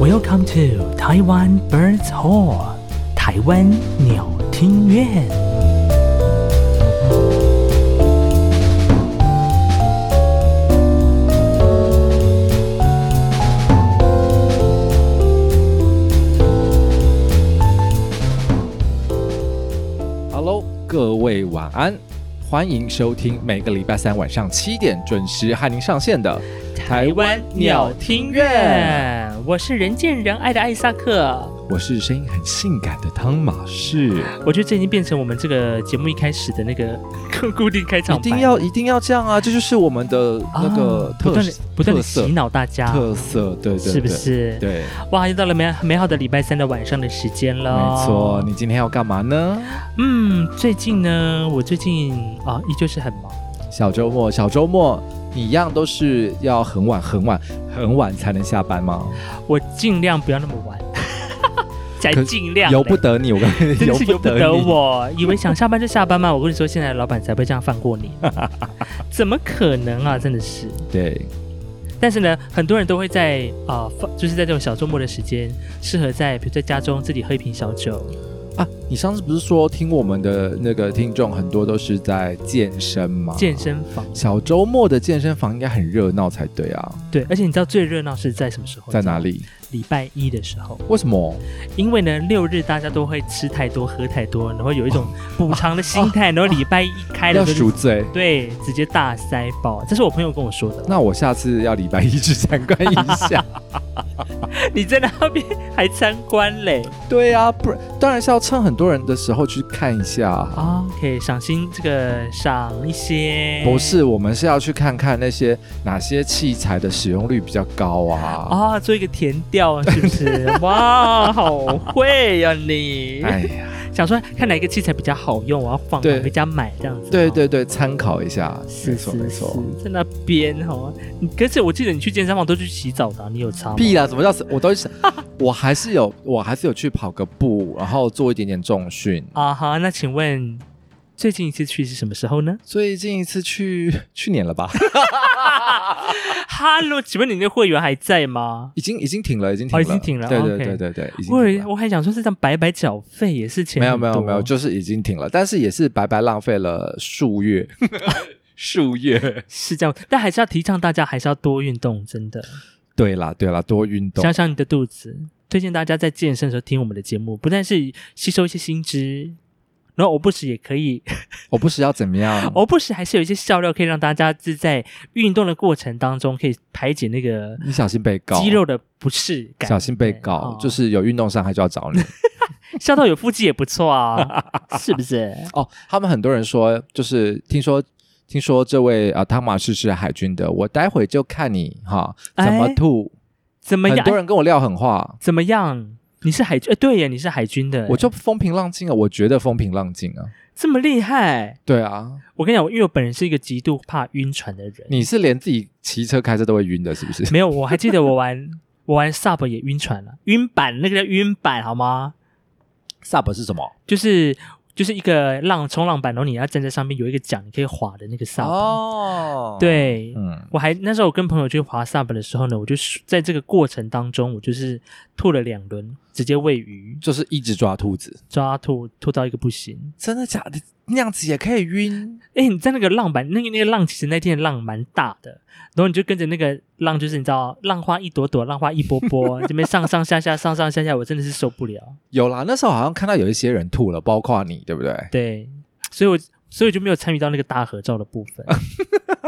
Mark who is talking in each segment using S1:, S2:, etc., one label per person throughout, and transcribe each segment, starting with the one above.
S1: Welcome to Taiwan Birds Hall，台湾鸟听院。
S2: Hello，各位晚安，欢迎收听每个礼拜三晚上七点准时和您上线的台湾鸟听院。
S3: 嗯，我是人见人爱的艾萨克，
S2: 我是声音很性感的汤马士，
S3: 我觉得这已经变成我们这个节目一开始的那个 固定开场
S2: 一
S3: 白，
S2: 定要一定要这样啊！这就是我们的那个
S3: 啊不
S2: 特
S3: 断的不断的
S2: 特色
S3: 洗脑大家，
S2: 特色，对对对，
S3: 是不？是？
S2: 对，
S3: 哇，又到了美美好的礼拜三的晚上的时间了，
S2: 没错。。你今天要干嘛呢？
S3: 嗯，最近呢，我最近啊，依旧是很忙。
S2: 小周末，小周末，你一样都是要很晚、很晚、很晚才能下班吗？
S3: 我尽量不要那么 晚，才
S2: 可
S3: 尽量嘞，
S2: 由不得你，我跟你
S3: 真的是由不得
S2: 你
S3: 我，以为想下班就下班嘛。我跟你说，现在老板才不会这样放过 你，怎么可能啊！真的是。
S2: 对，
S3: 但是呢，很多人都会在啊、放就是在这种小周末的时间，适合在比如在家中自己喝一瓶小酒。
S2: 啊，你上次不是说听我们的那个听众很多都是在健身吗？
S3: 健身房
S2: 小周末的健身房应该很热闹才对啊，
S3: 对，而且你知道最热闹是在什么时候？
S2: 在哪？里？
S3: 礼拜一的时候，
S2: 为什么？
S3: 因为呢六日大家都会吃太多、喝太多，然后有一种补偿的心态，然后礼拜一开了
S2: 哦要
S3: 就
S2: 赎
S3: 是
S2: 罪？
S3: 对，直接大塞爆。这是我朋友跟我说的。
S2: 那我下次要礼拜一去参观一下。
S3: 你在那边还参观嘞？
S2: 对啊，不然当然是要趁很多人的时候去看一下啊。
S3: 啊，可以赏心这个赏一些，
S2: 不是，我们是要去看看那些哪些器材的使用率比较高啊。
S3: 啊，做一个填调是不是？ 哇，好会呀、你！
S2: 哎呀，
S3: 想说看哪个器材比较好用，我要放
S2: 对
S3: 回家买这样子。
S2: 对
S3: 哦，
S2: 对对，参考一下，没
S3: 是
S2: 错
S3: 是
S2: 没
S3: 是
S2: 错。，
S3: 在那边哦。你可是我记得你去健身房都去洗澡的啊、你有擦吗？
S2: 屁啦！什么叫死我都想，我还是有，我还是有去跑个步，然后做一点点重训。
S3: 啊哈，那请问最近一次去是什么时候呢
S2: 最近一次去去年了吧，
S3: 哈喽，请问你那会员还在吗？
S2: 已经已经停了，已经停
S3: 哦
S2: 了，
S3: 已经停了
S2: 对对
S3: OK
S2: 对对对，已经
S3: 我以为
S2: 停了。
S3: 我还想说是这样白白缴费也是钱
S2: 没有
S3: 很
S2: 没有
S3: 多
S2: 没有，就是已经停了，但是也是白白浪费了 数月，数月。
S3: 是这样，但还是要提倡大家还是要多运动，真的。
S2: 对啦对啦，多运动
S3: 想。想你的肚子，推荐大家在健身的时候听我们的节目，不但是吸收一些新知，然后我不时也可以，
S2: 我不是要怎么样，
S3: 我不时还是有一些笑料可以让大家是在运动的过程当中可以排解那个
S2: 你小心被告，
S3: 肌肉的不适感，
S2: 小心被告，
S3: 哦
S2: 就是有运动伤害就要找你。
S3: 笑到有腹肌也不错 啊，是不是？
S2: 哦，他们很多人说，就是听说。听说这位啊、呃汤马士是海军的，我待会就看你哈怎么
S3: 哎
S2: 吐。
S3: 怎么
S2: 很
S3: 样？
S2: 多
S3: 哎
S2: 人跟我撂狠话，
S3: 怎么样？你是海军？哎，对呀，你是海军的，
S2: 我就风平浪静啊，我觉得风平浪静啊。
S3: 这么厉害。
S2: 对啊，
S3: 我跟你讲，因为我本人是一个极度怕晕船的人，
S2: 你是连自己骑车开车都会晕的，是 不是？
S3: 没有，我还记得我玩 我玩 Sub 也晕船了，晕板那个叫晕板好吗？
S2: Sub 是什么？
S3: 就是就是一个浪冲浪板，然后你要站在上面有一个桨，你可以滑的那个 Sub。，
S2: 哦，，
S3: 对，
S2: 嗯，
S3: 我还那时候我跟朋友去滑 Sub 的时候呢，我就是在这个过程当中，我就是吐了两轮，直接喂鱼，
S2: 就是一直抓兔子，
S3: 抓吐吐到一个不行。
S2: 真的假的？那样子也可以晕？
S3: 哎，你在那个浪板，那个那个浪，其实那天的浪蛮大的，然后你就跟着那个浪，就是你知道，浪花一朵朵，浪花一波波， 这边上上下下，上上下下，我真的是受不了。
S2: 有啦，那时候好像看到有一些人吐了，包括你，对不对？
S3: 对，所以我所以我就没有参与到那个大合照的部分。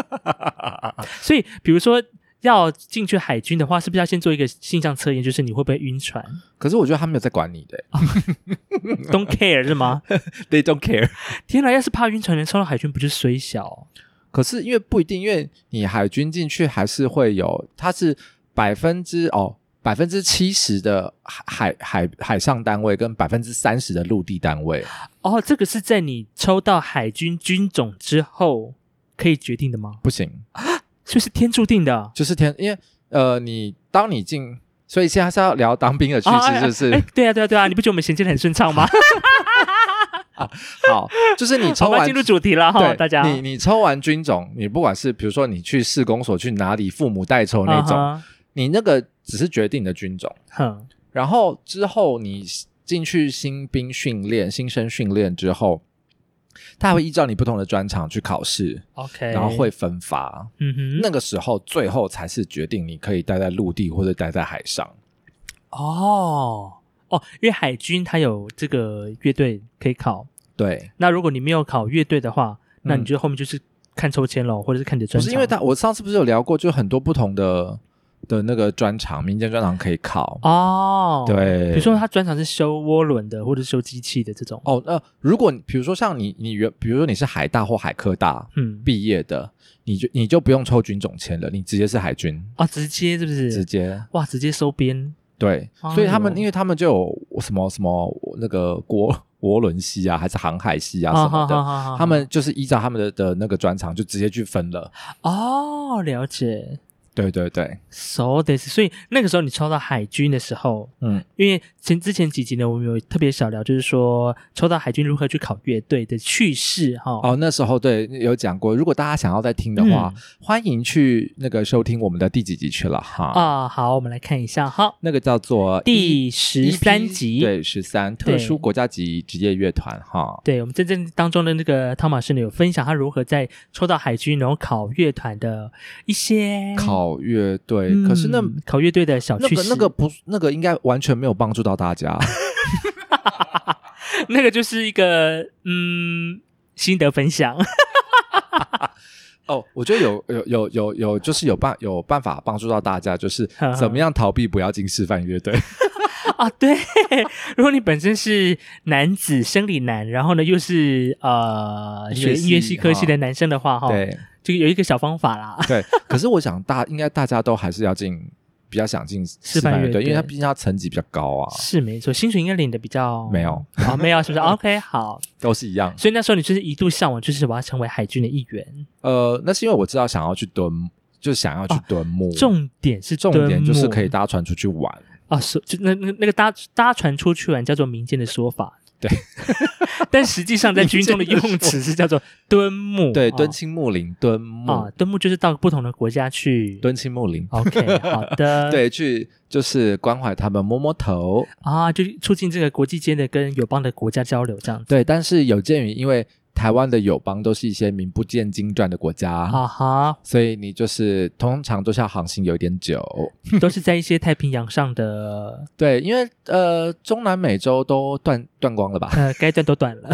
S3: 所以比如说要进去海军的话，是不是要先做一个性向测验，就是你会不会晕船
S2: 可是我觉得他没有在管你的、欸
S3: ？Don't care 是吗？
S2: t h e y don't care。
S3: 天哪，要是怕晕船的人上到海军，不就虽小？
S2: 可是因为不一定，因为你海军进去还是会有，它是百分之哦百分之七十的海海海海上单位跟百分之三十的陆地单位。
S3: 哦，这个是在你抽到海军军种之后可以决定的吗？
S2: 不行，
S3: 是不是天注定的？
S2: 就是天，因为呃，你当你进，所以现在是要聊当兵的趋势，
S3: 啊
S2: 是不是？
S3: 哎，哎对啊，对啊，对啊！你不觉得我们衔接的很顺 畅吗？
S2: 好，就是你抽
S3: 好吧，
S2: 完
S3: 进入主题了哈，
S2: 对
S3: 大家。
S2: 你你抽完军种，你不管是比如说你去市公所去哪里，父母代抽那种，
S3: 啊哈
S2: 你那个只是决定你的军种，
S3: 哼，
S2: 然后之后你进去新兵训练、新生训练之后，他会依照你不同的专长去考试，
S3: OK，
S2: 然后会分发。
S3: 嗯哼，
S2: 那个时候最后才是决定你可以待在陆地或者待在海上。
S3: 哦哦，因为海军它有这个乐队可以考，
S2: 对，
S3: 那如果你没有考乐队的话，那你
S2: 嗯
S3: 就后面就是看抽签喽，或者是看你的
S2: 不
S3: 专
S2: 是
S3: 长。
S2: 因为他，我上次不是有聊过，就很多不同的的那个专长，民间专长可以考。
S3: 哦，，
S2: 对，
S3: 比如说他专长是修涡轮的，或者是修机器的这种。
S2: 哦，那、如果你比如说像你，你原比如说你是海大或海科大
S3: 嗯，
S2: 毕业的，你就你就不用抽军种签了，你直接是海军，
S3: 啊，直接是不
S2: 直
S3: 是？
S2: 接
S3: 哇，直接收编
S2: 对，
S3: 哎
S2: 所以他们
S3: 呦
S2: 因为他们就有什么什么那个国涡轮系啊，还是航海系
S3: 哦
S2: 啊什么的，
S3: 的
S2: 他们就是依照他们的的那个专长就直接去分了。
S3: 哦，了解。
S2: 对对对，
S3: So this，所以那个时候你抽到海军的时候，
S2: 嗯，
S3: 因为前之前几集呢，我们有特别小聊，就是说抽到海军如何去考乐队的趣事哈。
S2: 哦，那时候对有讲过，如果大家想要再听的话，
S3: 嗯
S2: 欢迎去那个收听我们的第几集去了哈。
S3: 啊、好，我们来看一下哈，
S2: 那个叫做
S3: 第十三
S2: EP
S3: 集。
S2: 对，十三特殊国家级职业乐团哈。
S3: 对，我们真正当中的那个汤马士呢，有分享他如何在抽到海军，然后考乐团的一些，
S2: 考乐队，
S3: 哎嗯
S2: 可是那
S3: 考乐队的小
S2: 那
S3: 趣
S2: 个
S3: 事，
S2: 那个不，那个应该完全没有帮助到大家。
S3: 那个就是一个嗯心得分 享，
S2: 哦，我觉得有有有有有，就是有办有办法帮助到大 家，就是怎么样逃避不要进示范乐队。
S3: 啊，对， 如果你本身是男子生理男，然后呢又是呃
S2: 音
S3: 学
S2: 乐
S3: 音乐
S2: 系
S3: 系科系的
S2: 哈
S3: 男生的话，哈，
S2: 对
S3: 就有一个小方法啦。
S2: 对，可是我想大应该大家都还是要进，比较想进示
S3: 范
S2: 范
S3: 乐
S2: 乐队，因为
S3: 队
S2: 它毕竟它层级比较高啊，
S3: 是没错，薪水应该领的比较
S2: 没有
S3: 啊、没有是不 是？OK，好，
S2: 都是一样。
S3: 所以那时候你就是一度向往，就是我要成为海军的一员。
S2: 呃，那是因为我知道想要去蹲，就想要去蹲木，
S3: 啊重点是
S2: 重点就是可以
S3: 搭
S2: 搭船出去玩。
S3: 啊，是就那那那个搭搭船出去玩叫做民间的说法，
S2: 对，
S3: 但实际上在军中的用词是叫做敦睦，
S2: 对，
S3: 啊
S2: 敦亲睦邻，敦睦，
S3: 啊，敦睦就是到不同的国家去。
S2: 敦亲睦邻。
S3: OK，好的，
S2: 对，去就是关怀他们，摸摸头。
S3: 啊，就促进这个国际间的跟友邦的国家交流这样子。
S2: 对，但是有鉴于因为台湾的友邦都是一些名不见经传的国家，
S3: 啊哈，
S2: 所以你就是通常都是要航行有一点久。
S3: 都是在一些太平洋上 的，
S2: 对，因为呃，中南美洲都断断光了吧？
S3: 呃，该断都断 了。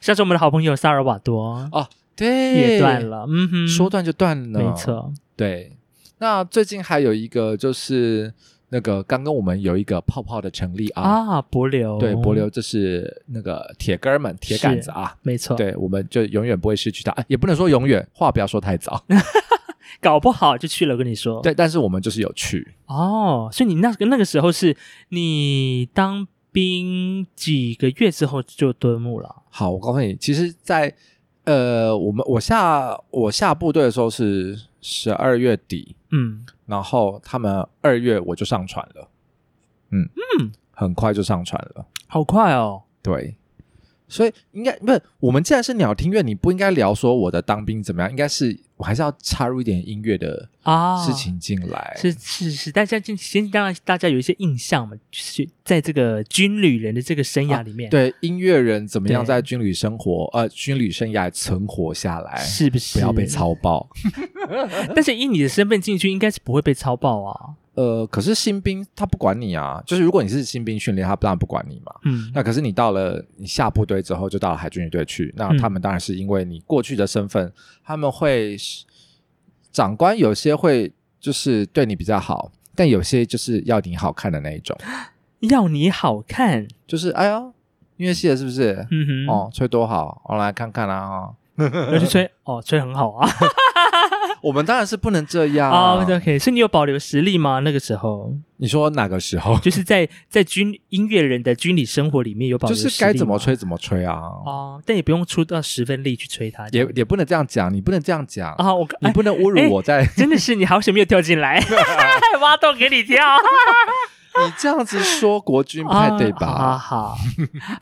S3: 像是我们的好朋友萨尔瓦多
S2: 哦，对，
S3: 也断，了，嗯哼，
S2: 说断就断了，
S3: 没。错，
S2: 对，那最近还有一个就是那个刚刚我们有一个泡泡的成立啊，
S3: 啊，柏流，
S2: 对，柏流就是那个铁杆儿们、铁杆子啊。
S3: 没错，
S2: 对，我们就永远不会失去它，哎也不能说永远，话不要说太 早。
S3: 搞不好就去了。我跟你说，，
S2: 对，但是我们就是有去，
S3: 哦，所以你那个那个时候是你当兵几个月之后就蹲木了
S2: 好，我告诉你，其实在，呃，我们我下我下部队的时候是十二月底，
S3: 嗯，
S2: 然后他们二月我就上船了，嗯
S3: 嗯，
S2: 很快就上船了，
S3: 好快哦，
S2: 对，所以应该不是我们既然是鸟听乐，你不应该聊说我的当兵怎么样，应该是我还是要插入一点音乐的
S3: 啊，
S2: 事情进来，
S3: 是是是，大家就先让大家有一些印象嘛，就是在这个军旅人的这个生涯里面，，
S2: 啊对音乐人怎么样
S3: 对
S2: 在军旅生活呃军旅生涯存活下来，
S3: 是不是？
S2: 不要被操爆。
S3: 但是以你的身份进去，应该是不会被操爆啊。
S2: 呃，可是新兵他不管你啊，就是如果你是新兵训练，他当然不管你嘛。
S3: 嗯，
S2: 那可是你到了你下部队之后，就到了海军一队去，那
S3: 嗯
S2: 他们当然是因为你过去的身份，他们会长官有些会就是对你比较好，但有些就是要你好看的那一种，
S3: 嗯要你好看，
S2: 就是哎呀，音乐系的是不是？
S3: 嗯哼，
S2: 哦，吹多好，我、来看看啦、哦。
S3: 那就吹，哦，吹很好啊。
S2: 我们当然是不能这样
S3: 啊、o k 所以你有保留实力吗？那个时候
S2: 你说哪个时候？
S3: 就是在在军音乐人的军旅生活里面有保
S2: 就
S3: 留实力
S2: 是
S3: 吗，
S2: 该怎么吹怎么吹啊，
S3: 哦，但也不用出到十分力去吹它。
S2: 也也不能这样讲，你不能这样讲，
S3: 啊， 我
S2: 你
S3: 哎，
S2: 不能侮辱我在。
S3: 真的是你好久没有跳进来，挖洞给你跳。
S2: 你这样子说国军不太对吧？
S3: 啊 好，好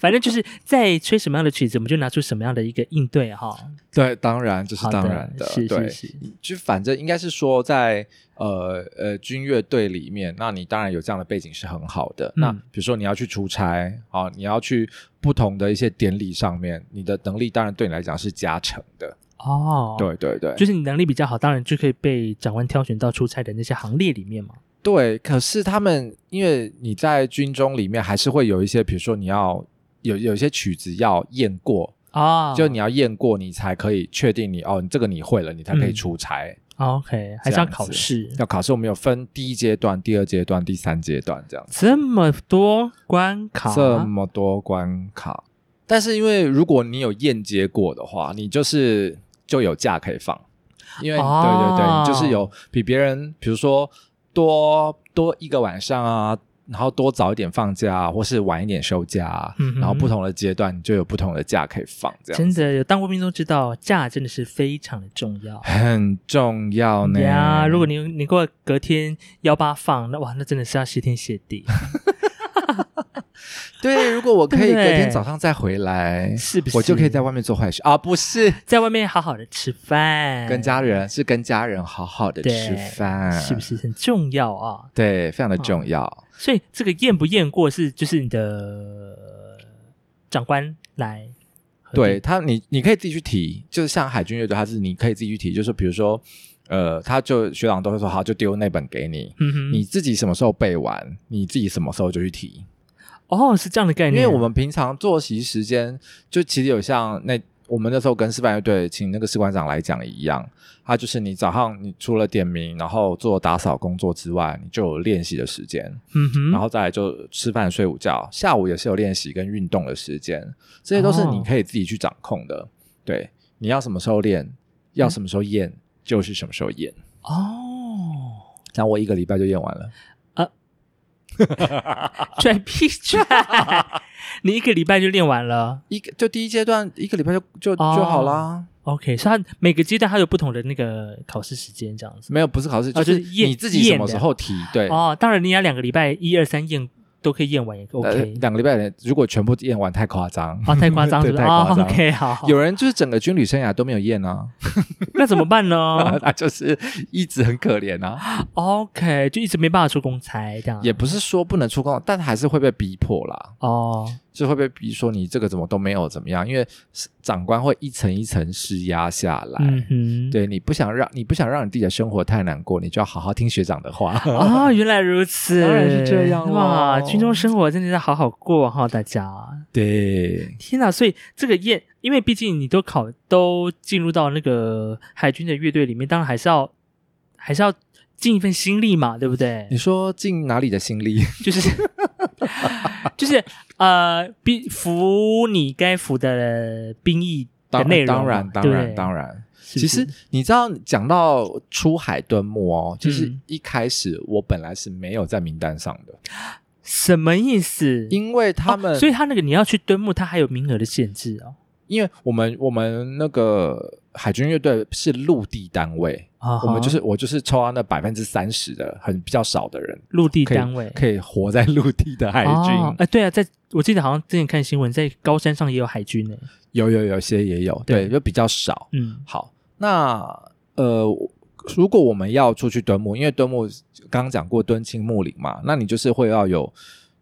S3: 反正就是在吹什么样的曲子，我们就拿出什么样的一个应对哈。
S2: 对，当然这是
S3: 好的
S2: 当然的，
S3: 是
S2: 对
S3: 是是，
S2: 就反正应该是说在呃呃军乐队里面，那你当然有这样的背景是很好的。那
S3: 嗯
S2: 比如说你要去出差啊，你要去不同的一些典礼上面，你的能力当然对你来讲是加成的。
S3: 哦，，
S2: 对对对，
S3: 就是你能力比较好，当然就可以被长官挑选到出差的那些行列里面嘛。
S2: 对，可是他们因为你在军中里面还是会有一些，比如说你要有有一些曲子要验过，
S3: 啊，
S2: 就你要验过，你才可以确定你哦，你这个你会了，你才可以
S3: 嗯
S2: 出差。
S3: 啊 OK，还是要考试，
S2: 要考试，我们有分第一阶段、第二阶段、第三阶段这样子，
S3: 这么多关卡，
S2: 这么多关卡。但是因为如果你有验阶过的话，你就是就有假可以放，因为、
S3: 哦
S2: 对对对，你就是有比别人，比如说多多一个晚上啊，然后多早一点放假、啊，或是晚一点休假、啊，
S3: 嗯哼
S2: 然后不同的阶段你就有不同的假可以放，这样
S3: 真的有当过兵都知道，假真的是非常的重要。
S2: 很重要呢。
S3: 呀，如果你你给我隔天幺八放，那哇，那真的是要谢天谢 地。
S2: 对，如果我可以
S3: 对
S2: 隔
S3: 不对
S2: 天早上再回 来，
S3: 是不是哎
S2: 我就可以在外面做坏事啊？不是，
S3: 在外面好好的吃饭，
S2: 跟家人是跟家人好好的
S3: 对
S2: 吃饭，
S3: 是不？哦是很重要啊？
S2: 对，非常的重要。
S3: 所以这个验不验过是就是你的长官来核
S2: 对
S3: 定，
S2: 他，你你可以自己去提，就是像海军乐队，他是你可以自己去提，就是比如说，呃，他就学长都会说好，就丢那本给你。
S3: 嗯哼，
S2: 你自己什么时候背完，你自己什么时候就去提，
S3: 哦是这样的概
S2: 因
S3: 念，
S2: 为我们平常作息时间就其实有像那我们那时候跟示范乐队请那个士官长来讲一样，他就是你早上你除了点名，然后做打扫工作之外，你就有练习的时间。
S3: 嗯哼，
S2: 然后再来就吃饭、睡午觉，下午也是有练习跟运动的时间，这些都是你可以自己去掌控的。对，你要什么时候练，要什么时候验，就是什么时候验。
S3: 哦，
S2: 像我一个礼拜就验完了，
S3: 拽屁 拽，你一个礼拜就练完了。
S2: 一个就第一阶段一个礼拜就就、
S3: 哦
S2: 就好啦，
S3: OK，所以它每个阶段它有不同的那个考试时间，这样子。
S2: 没有不是考试，
S3: 哦
S2: 就是
S3: 就是验
S2: 你自己什么时候提。对，
S3: 哦，当然你要两个礼拜一二三验都可以验完也
S2: 呃
S3: OK。
S2: 两个礼拜如果全部验完太夸张，
S3: 啊，太夸 张是不是？
S2: 对太夸
S3: 啊
S2: 张
S3: OK，好，好
S2: 有人就是整个军旅生涯都没有验 啊，
S3: 那怎么办呢哦
S2: 他就是一直很可怜啊。
S3: ？OK，就一直没办法出公差这样。
S2: 也不是说不能出工，但还是会被逼迫啦，
S3: 哦，
S2: 就会被逼说你这个怎么都没有怎么样，因为是长官会一层一层施压下来。
S3: 嗯哼，。
S2: 对你不想让你不想让你自己的生活太难过，你就要好好听学长的话。
S3: 哦，原来如此，
S2: 当然是这样咯
S3: 哇！军中生活真的是好好过哈，大家。
S2: 对，
S3: 天啊哪！所以这个验，因为毕竟你都考都进入到那个海军的乐队里面，当然还是要还是要尽一份心力嘛，对不对
S2: 你？说尽哪里的心力？
S3: 就是 就是呃，必服你该服的兵役的
S2: 当
S3: 内容嘛，
S2: 当然当
S3: 对不
S2: 然
S3: 对
S2: 当，然。
S3: 是不
S2: 其
S3: 是
S2: 实你知道，讲到出海蹲木哦，其实
S3: 嗯
S2: 一开始我本来是没有在名单上的，
S3: 什么意思？
S2: 因为他们、
S3: 哦所以他那个你要去蹲木，他还有名额的限制哦。
S2: 因为我们我们那个海军乐队是陆地单位，
S3: 啊哈
S2: 我们就是我就是抽到那百分之三十的很比较少的人，
S3: 陆地
S2: 可以
S3: 单位，
S2: 可以活在陆地的海军，
S3: 哦，哎，对啊，在我记得好像之前看新闻，在高山上也有海军呢。
S2: 有有有些也有，
S3: 对
S2: 对，就比较少。
S3: 嗯，
S2: 好，那呃，如果我们要出去蹲木，因为蹲木刚刚讲过蹲青木林嘛，那你就是会要有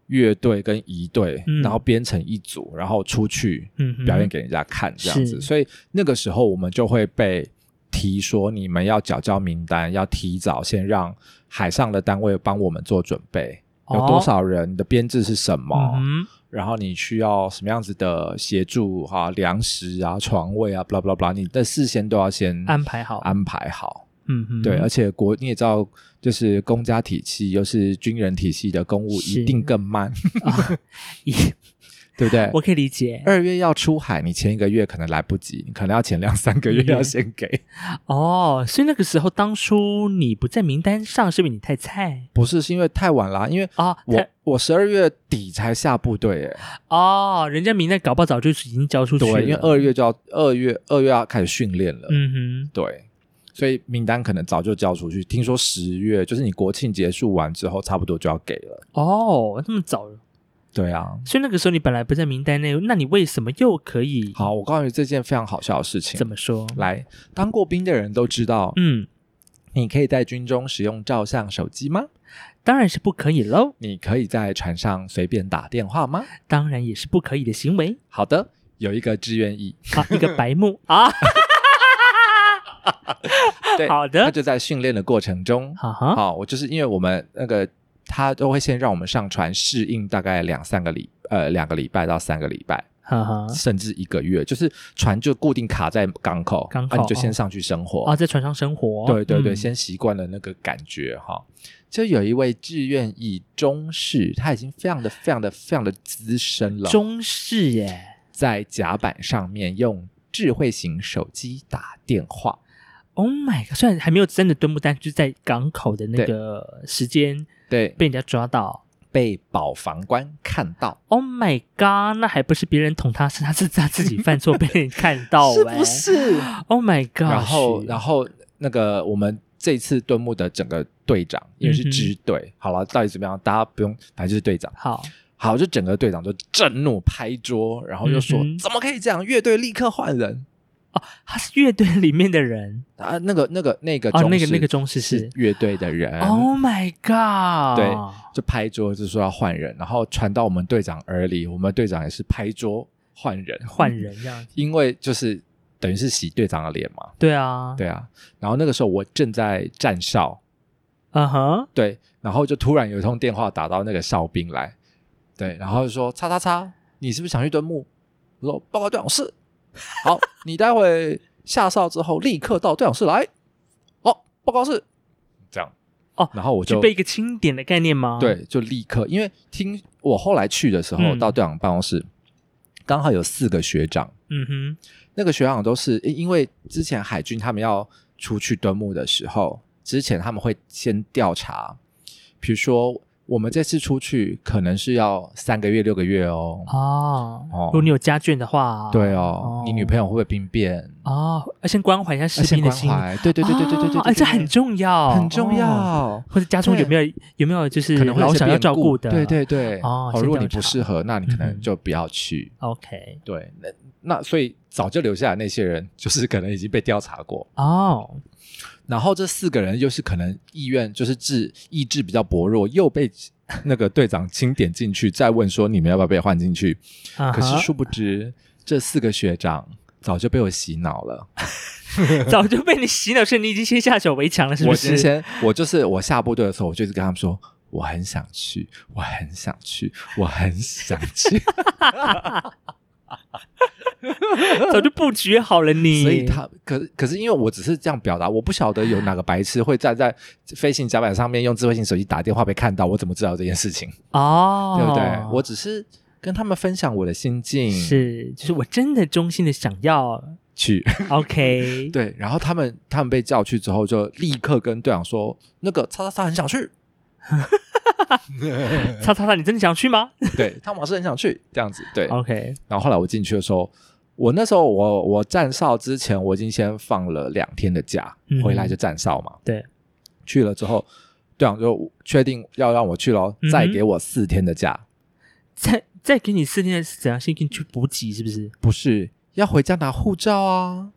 S2: 乐队跟仪队，
S3: 嗯
S2: 然后编成一组，然后出去
S3: 嗯哼
S2: 表演给人家看这样子。
S3: 是
S2: 所以那个时候我们就会被提说，你们要缴交名单，要提早先让海上的单位帮我们做准备，有多少啊人，你的编制是什么，
S3: 哦嗯哼，
S2: 然后你需要什么样子的协助哈、粮食啊、床位啊，blah blah blah，你的事先都要先
S3: 安排好，
S2: 安排好。
S3: 嗯哼，
S2: 啊对， 而且国你也知道，就是公家体系又是军人体系的公务，
S3: 是
S2: 一定更慢，
S3: 咦
S2: 对不对？
S3: 我可以理解。
S2: 二月要出海，你前一个月可能来不及，你可能要前两三个月
S3: 嗯
S2: 要先给。
S3: 哦，所以那个时候当初你不在名单上，是不是你太菜
S2: 不是，是因为太晚啦，因为
S3: 哦，
S2: 我
S3: 太
S2: 我十二月底才下部队欸耶，
S3: 哦，人家名单搞不好早就已经交出去了。
S2: 对，因为二月就要二月二月要开始训练了，
S3: 嗯哼，
S2: 对，所以名单可能早就交出去。听说十月就是你国庆结束完之后，差不多就要给了。
S3: 哦，那么早了，
S2: 对啊，
S3: 所以那个时候你本来不在名单内，那你为什么又可以？
S2: 好，我告诉你这件非常好笑的事情
S3: 怎。么说？
S2: 来，当过兵的人都知道，
S3: 嗯，
S2: 你可以在军中使用照相手机吗？
S3: 当然是不可以喽，
S2: 你可以在船上随便打电话吗？
S3: 当然也是不可以的行为
S2: 好的，有一个志愿役，
S3: 啊！一个白目啊，
S2: 对，
S3: 好的
S2: 他就在训练的过程中，
S3: 哈哈，
S2: 好，我就是因为我们那个他都会先让我们上船适应大概两三个礼呃两个礼拜到三个礼拜，
S3: 哈哈，
S2: 甚至一个月，就是船就固定卡在港口，
S3: 港
S2: 啊
S3: 口
S2: 你就先上去生活。
S3: 啊，在船上生活，
S2: 对对对，
S3: 嗯
S2: 先习惯了那个感觉哈。就有一位志愿役中士，他已经非常的、非常的、非常的资深了，
S3: 中式耶
S2: 在甲板上面用智慧型手机打电话。
S3: ，Oh my god！虽然还没有真的蹲不，但就是在港口的那
S2: 对
S3: 个时间
S2: 对，
S3: 被人家抓到。
S2: 被保防官看到，
S3: Oh my god！那还不是别人捅他，是他是他自己犯错被人看到、
S2: 是
S3: 哎
S2: 不是？
S3: ？Oh my god！
S2: 然后，然
S3: 后
S2: 后那个我们这次敦睦的整个队长，因为是
S3: 嗯哼
S2: 支队，好了，到底怎么样？大家不用，反正就是队长。
S3: 好，
S2: 好，就整个队长就震怒拍桌，然后就说：“
S3: 嗯哼
S2: 怎么可以这样？乐队立刻换人
S3: 他是乐队里面的人。
S2: 啊！”那个、那个、那个
S3: 哦
S2: 中士，
S3: 那个那个中士是
S2: 是乐队的人，
S3: Oh my god！
S2: 嗯对就拍桌就说要换人，然后传到我们队长耳里，我们队长也是拍桌换人，
S3: 换，人这样子。
S2: 因为就是等于是洗队长的脸嘛，
S3: 对啊，
S2: 对啊。然后那个时候我正在站哨，
S3: 嗯哼，
S2: 对，然后就突然有一通电话打到那个哨兵来，对，然后就说：“叉叉叉，你是不是想去蹲木？”我说：“报告队长室。”好，你待会下哨之后立刻到队长室来。哦，报告室，这样
S3: 哦
S2: 然后我
S3: 具
S2: 就
S3: 备一个清点的概念吗？，
S2: 对，就立刻，因为听我后来去的时候
S3: 嗯
S2: 到队长办公室，刚好有四个学长，
S3: 嗯哼，
S2: 那个学长都是因因为之前海军他们要出去蹲木的时候，之前他们会先调查，比如说我们这次出去可能是要三个月六个月哦，
S3: 哦，
S2: 哦
S3: 如果你有家眷的话，
S2: 对哦，你女朋
S3: 友
S2: 友会不会病变？
S3: 哦，要先关怀一下士
S2: 先
S3: 兵的
S2: 关
S3: 心，
S2: 怀，对对对对对对对对
S3: 哦哎，这很重要，
S2: 很重
S3: 哦，
S2: 要。
S3: 或者家中
S2: 对
S3: 有没有有没有就是
S2: 可能会有
S3: 老
S2: 一些
S3: 小要
S2: 变
S3: 照顾的，
S2: 对对对，
S3: 哦先
S2: 如果你
S3: 调查
S2: 不适合，那你可
S3: 嗯
S2: 能
S3: 哼
S2: 就不要去。
S3: ，OK，
S2: 对，那那所以早就留下来那些人，就是可能已经被调查过，
S3: 哦，
S2: 然后这四个人又是可能意愿就是志意志比较薄弱，又被那个队长清点进去，再问说你们要不要被换进去？
S3: 啊
S2: 可是
S3: 哈
S2: 殊不知，这四个学长早就被我洗脑了。
S3: 早就被你洗脑，是你已经先下手为强了，是不
S2: 我
S3: 是？
S2: 先先，我就是我下部队的时候，我就一直跟他们说。我很想去，我很想去，我很想去，
S3: 早就布局好了 你，
S2: 所以他可可是因为我只是这样表达，我不晓得有哪个白痴会站在飞行甲板上面用智慧型手机打电话被看到，我怎么知道这件事情？
S3: 哦，
S2: 对不对？我嗯只是跟他们分享我的心境，
S3: 是就是我真的衷心的想 要
S2: 去
S3: ，OK，
S2: 对。然后他们他们被叫去之后，就立刻跟队长说，那个叉叉叉很想去，
S3: 叉叉叉，你真的想去吗
S2: 对，汤姆老师很想去，这样子对。
S3: ？OK，
S2: 然后后来我进去的时候，我那时候我我站哨之前，我已经先放了两天的假
S3: 嗯，哼
S2: 回来就站哨嘛。
S3: 对，
S2: 去了之后，队长就确定要让我去喽，
S3: 嗯哼
S2: 再给我四天的假，
S3: 再再给你四天的是怎样？先给你去补给是不是？
S2: 不是要回家拿护照啊，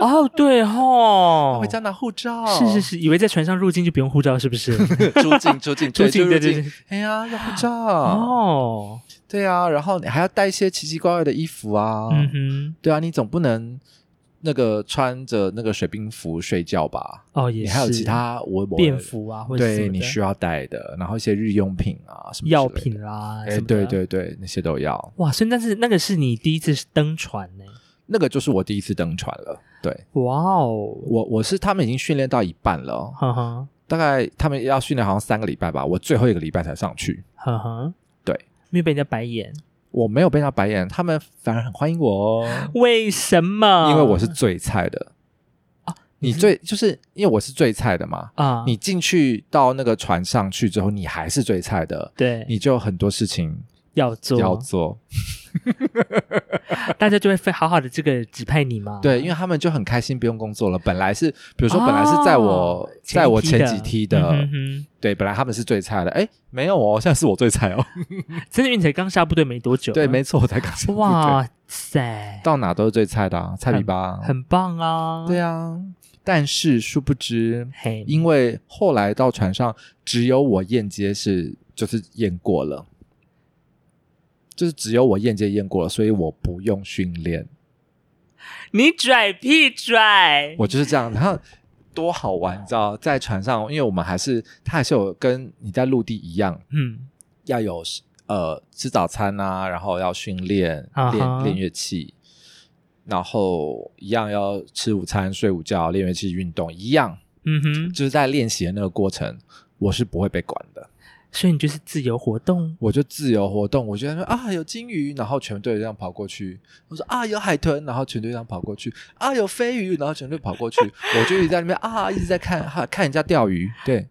S3: 哦，对
S2: 要
S3: 吼
S2: 回，家拿护照，
S3: 是是是，以为在船上入境就不用护照是不 是？
S2: 出境出境
S3: 出境
S2: 对就
S3: 对
S2: 入
S3: 对
S2: 境
S3: 对，
S2: 哎呀，要护照，
S3: 哦，
S2: 对啊，然后你还要带一些奇奇怪怪的衣服啊，
S3: 嗯
S2: 对啊，你总不能那个穿着那个水兵服睡觉吧？
S3: 哼，哦也
S2: 你
S3: 是，
S2: 还有其他我我
S3: 便服啊，或者什
S2: 对
S3: 么
S2: 你
S3: 的
S2: 需要带的，然后一些日用品啊什么之类的
S3: 药，品啦，
S2: 哎，
S3: 什么
S2: 对
S3: 的。
S2: 对对，那些都要。
S3: 哇，所以但是那个是你第一次登船呢、
S2: 那个就是我第一次登船了，对
S3: 哇哦，
S2: 我我是他们已经训练到一半了，
S3: 哈哈
S2: 大概他们要训练好像三个礼拜吧，我最后一个礼拜才上去。
S3: 哈哈，
S2: 对，
S3: 没有被人家白眼，
S2: 我没有被他白眼，他们反而很欢迎我哦。
S3: 为什么？
S2: 因为
S3: 嗯
S2: 我是最菜的
S3: 啊
S2: 你最就是因为我是最菜的嘛。
S3: 啊，
S2: 你进去到那个船上去之后，你还是最菜的，
S3: 对哦
S2: 你就有很多事情
S3: 要做，
S2: 要做。
S3: 大家就会非好好的这个指派你嘛。
S2: 对，因为他们就很开心，不用工作了。本来是，比如说，本来是在我、
S3: 哦
S2: 在我前几梯的，
S3: 嗯哼
S2: 对，本来他们是最菜的。哎，没有哦，现在是我最 菜哦。
S3: 哼真的，因为你才刚下部队没多久，
S2: 对，没错，我才刚上部队，
S3: 哇塞，
S2: 到哪都是最菜的、啊，菜比吧。
S3: 很棒啊！
S2: 对啊，但是殊 不知，
S3: 嘿，
S2: 因为后来到船上，只有我验接是就是验过了，就是只有我验接验过了，所以我不用训练，
S3: 你拽屁拽，
S2: 我就是这样。然后多好玩，你知道，在船上，因为我们还是它还是有跟你在陆地一样，
S3: 嗯，
S2: 要有呃吃早餐啊，然后要训练
S3: 啊哈
S2: 练练乐器，然后一样要吃午餐、睡午觉、练乐器、运动，一样
S3: 嗯哼，
S2: 就是在练习的那个过程，我是不会被管的。
S3: 所以你就是自由活动，
S2: 我就自由活动，我觉得啊有金鱼，然后全队这样跑过去；我说啊有海豚，然后全队这样跑过去；啊有飞鱼，然后全队跑过去。我就一直在那边啊一直在看哈、看人家钓鱼，对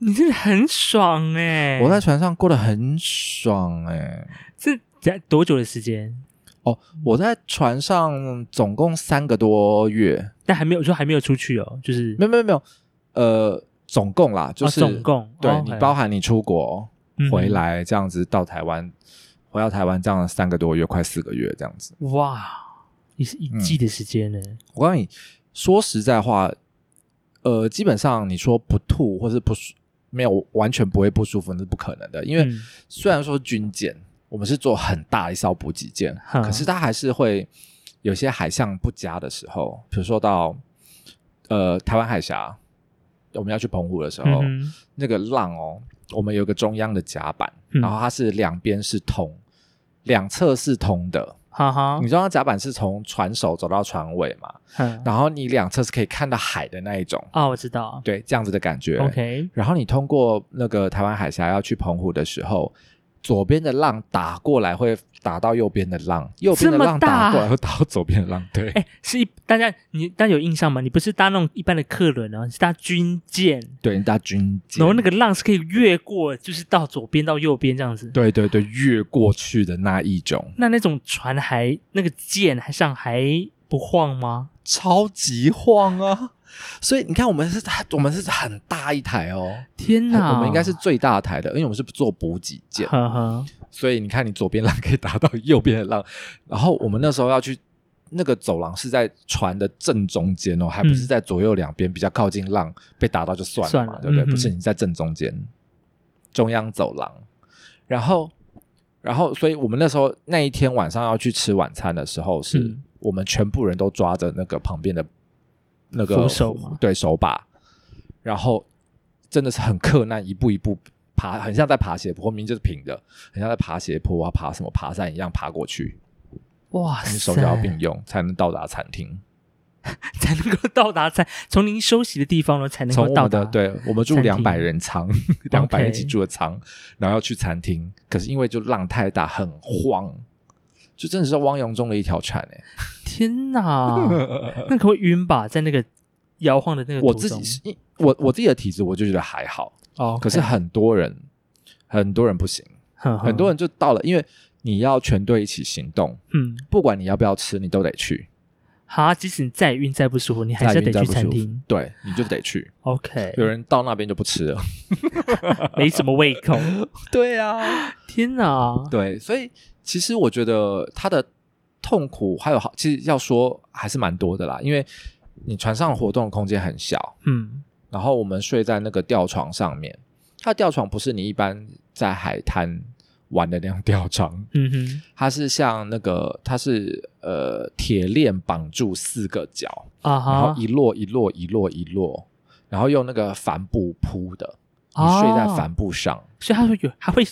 S3: 你真的很爽哎、
S2: 我在船上过得很爽哎、
S3: 这在多久的时间？
S2: 哦，我在船上总共三个多月，
S3: 但还没有说还没有出去哦，就是
S2: 没有没有没有，呃，总共啦，就是、
S3: 哦、总共
S2: 对、
S3: 哦
S2: 你
S3: OK
S2: 包含你出国、
S3: 嗯
S2: 回来这样子到台湾，回到台湾这样三个多月，快四个月这样子。
S3: 哇，也是一季的时间呢、
S2: 我告诉你，说实在话，呃，基本上你说不吐或是不舒，没有完全不会不舒服，那是不可能的。因为
S3: 嗯
S2: 虽然说军舰，我们是做很大一艘补给舰，
S3: 嗯
S2: 可是它还是会有些海象不佳的时候，比如说到呃台湾海峡，我们要去澎湖的时候，
S3: 嗯哼
S2: 那个浪哦，我们有个中央的甲板，
S3: 嗯
S2: 然后它是两边是通，两侧是通的。
S3: 哈哈
S2: 你，知道甲板是从船首走到船尾嘛？
S3: 嗯
S2: 然后你两侧是可以看到海的那一种，
S3: 啊，我知道
S2: 对，这样子的感觉。
S3: ，OK，
S2: 然后你通过那个台湾海峡要去澎湖的时候，左边的浪打过来会打到右边的浪，右边
S3: 这
S2: 的
S3: 么
S2: 浪
S3: 大
S2: 打过来会打到左边的浪， 对，
S3: 哎、是一大家你大家有印象吗？你不是搭那种一般的客轮哦，你是搭军舰，
S2: 对，你打军舰，
S3: 然后那个浪是可以越过，就是到左边到右边这样子。
S2: 对对对，越过去的那一种
S3: 那那种船还那个舰还上还不晃吗？
S2: 超级晃啊！所以你看，我们是我们是很大一台哦，
S3: 天哪！
S2: 我们应该是哎最大台的，因为我们是做补给舰，
S3: 呵呵，
S2: 所以你看，你左边浪可以打到右边的浪，然后我们那时候要去那个走廊是在船的正中间哦，
S3: 嗯
S2: 还不是在左右两边比较靠近浪被打到就算了
S3: 算
S2: 嘛，
S3: 了
S2: 对不对？
S3: 嗯哼
S2: 不是你在正中间中央走廊，然后然后所以我们那时候那一天晚上要去吃晚餐的时候是，
S3: 嗯
S2: 我们全部人都抓着那个旁边的那个
S3: 扶手吗
S2: 对手把，然后真的是很克难，一步一步爬，很像在爬斜坡，明明就是平的，很像在爬斜坡啊，爬什么爬山一样爬过去，
S3: 哇
S2: 你
S3: 塞，
S2: 手脚要并用才能到达餐厅。
S3: 才能够到达才从您休息的地方呢才能
S2: 从
S3: 够
S2: 我
S3: 到
S2: 们
S3: 达。
S2: 的，对我们住
S3: 餐厅
S2: 两百人舱，两百人一起住的舱，然后要去餐厅，可是因为就浪太大，很晃，就真的是汪洋中的一条船哎、
S3: 天
S2: 嗯
S3: 哪， 那可会晕吧？在那个摇晃的那个
S2: 我
S3: 啊途
S2: 自己
S3: 中
S2: 是因我我自己的体质，我就觉得还好，
S3: 哦，
S2: 可是很多人很多人不行，
S3: 很
S2: 很多人就到了，因为你要全队一起行动，
S3: 嗯，
S2: 不管你要不要吃，你都得去，
S3: 好，即使你再晕再不舒服，你还是
S2: 再
S3: 得
S2: 晕再
S3: 去
S2: 不
S3: 餐
S2: 舒服
S3: 厅。
S2: 对，你就得去。
S3: OK，
S2: 有人到那边就不吃了，
S3: 没什么胃 口。
S2: 对啊，
S3: 天哪，
S2: 对，所以其实我觉得他的痛苦还有好，其实要说还是蛮多的啦，因为你船上活动的空间很小，
S3: 嗯，
S2: 然后我们睡在那个吊床上面，它的吊床不是你一般在海滩玩的那种吊床，
S3: 嗯哼，
S2: 它是像那个它是呃铁链绑住四个角，
S3: 啊
S2: 然
S3: 哈
S2: 后，一摞一摞一摞一摞，然后用那个帆布铺的，你
S3: 哦
S2: 睡在帆布上。
S3: 所以他说有，他会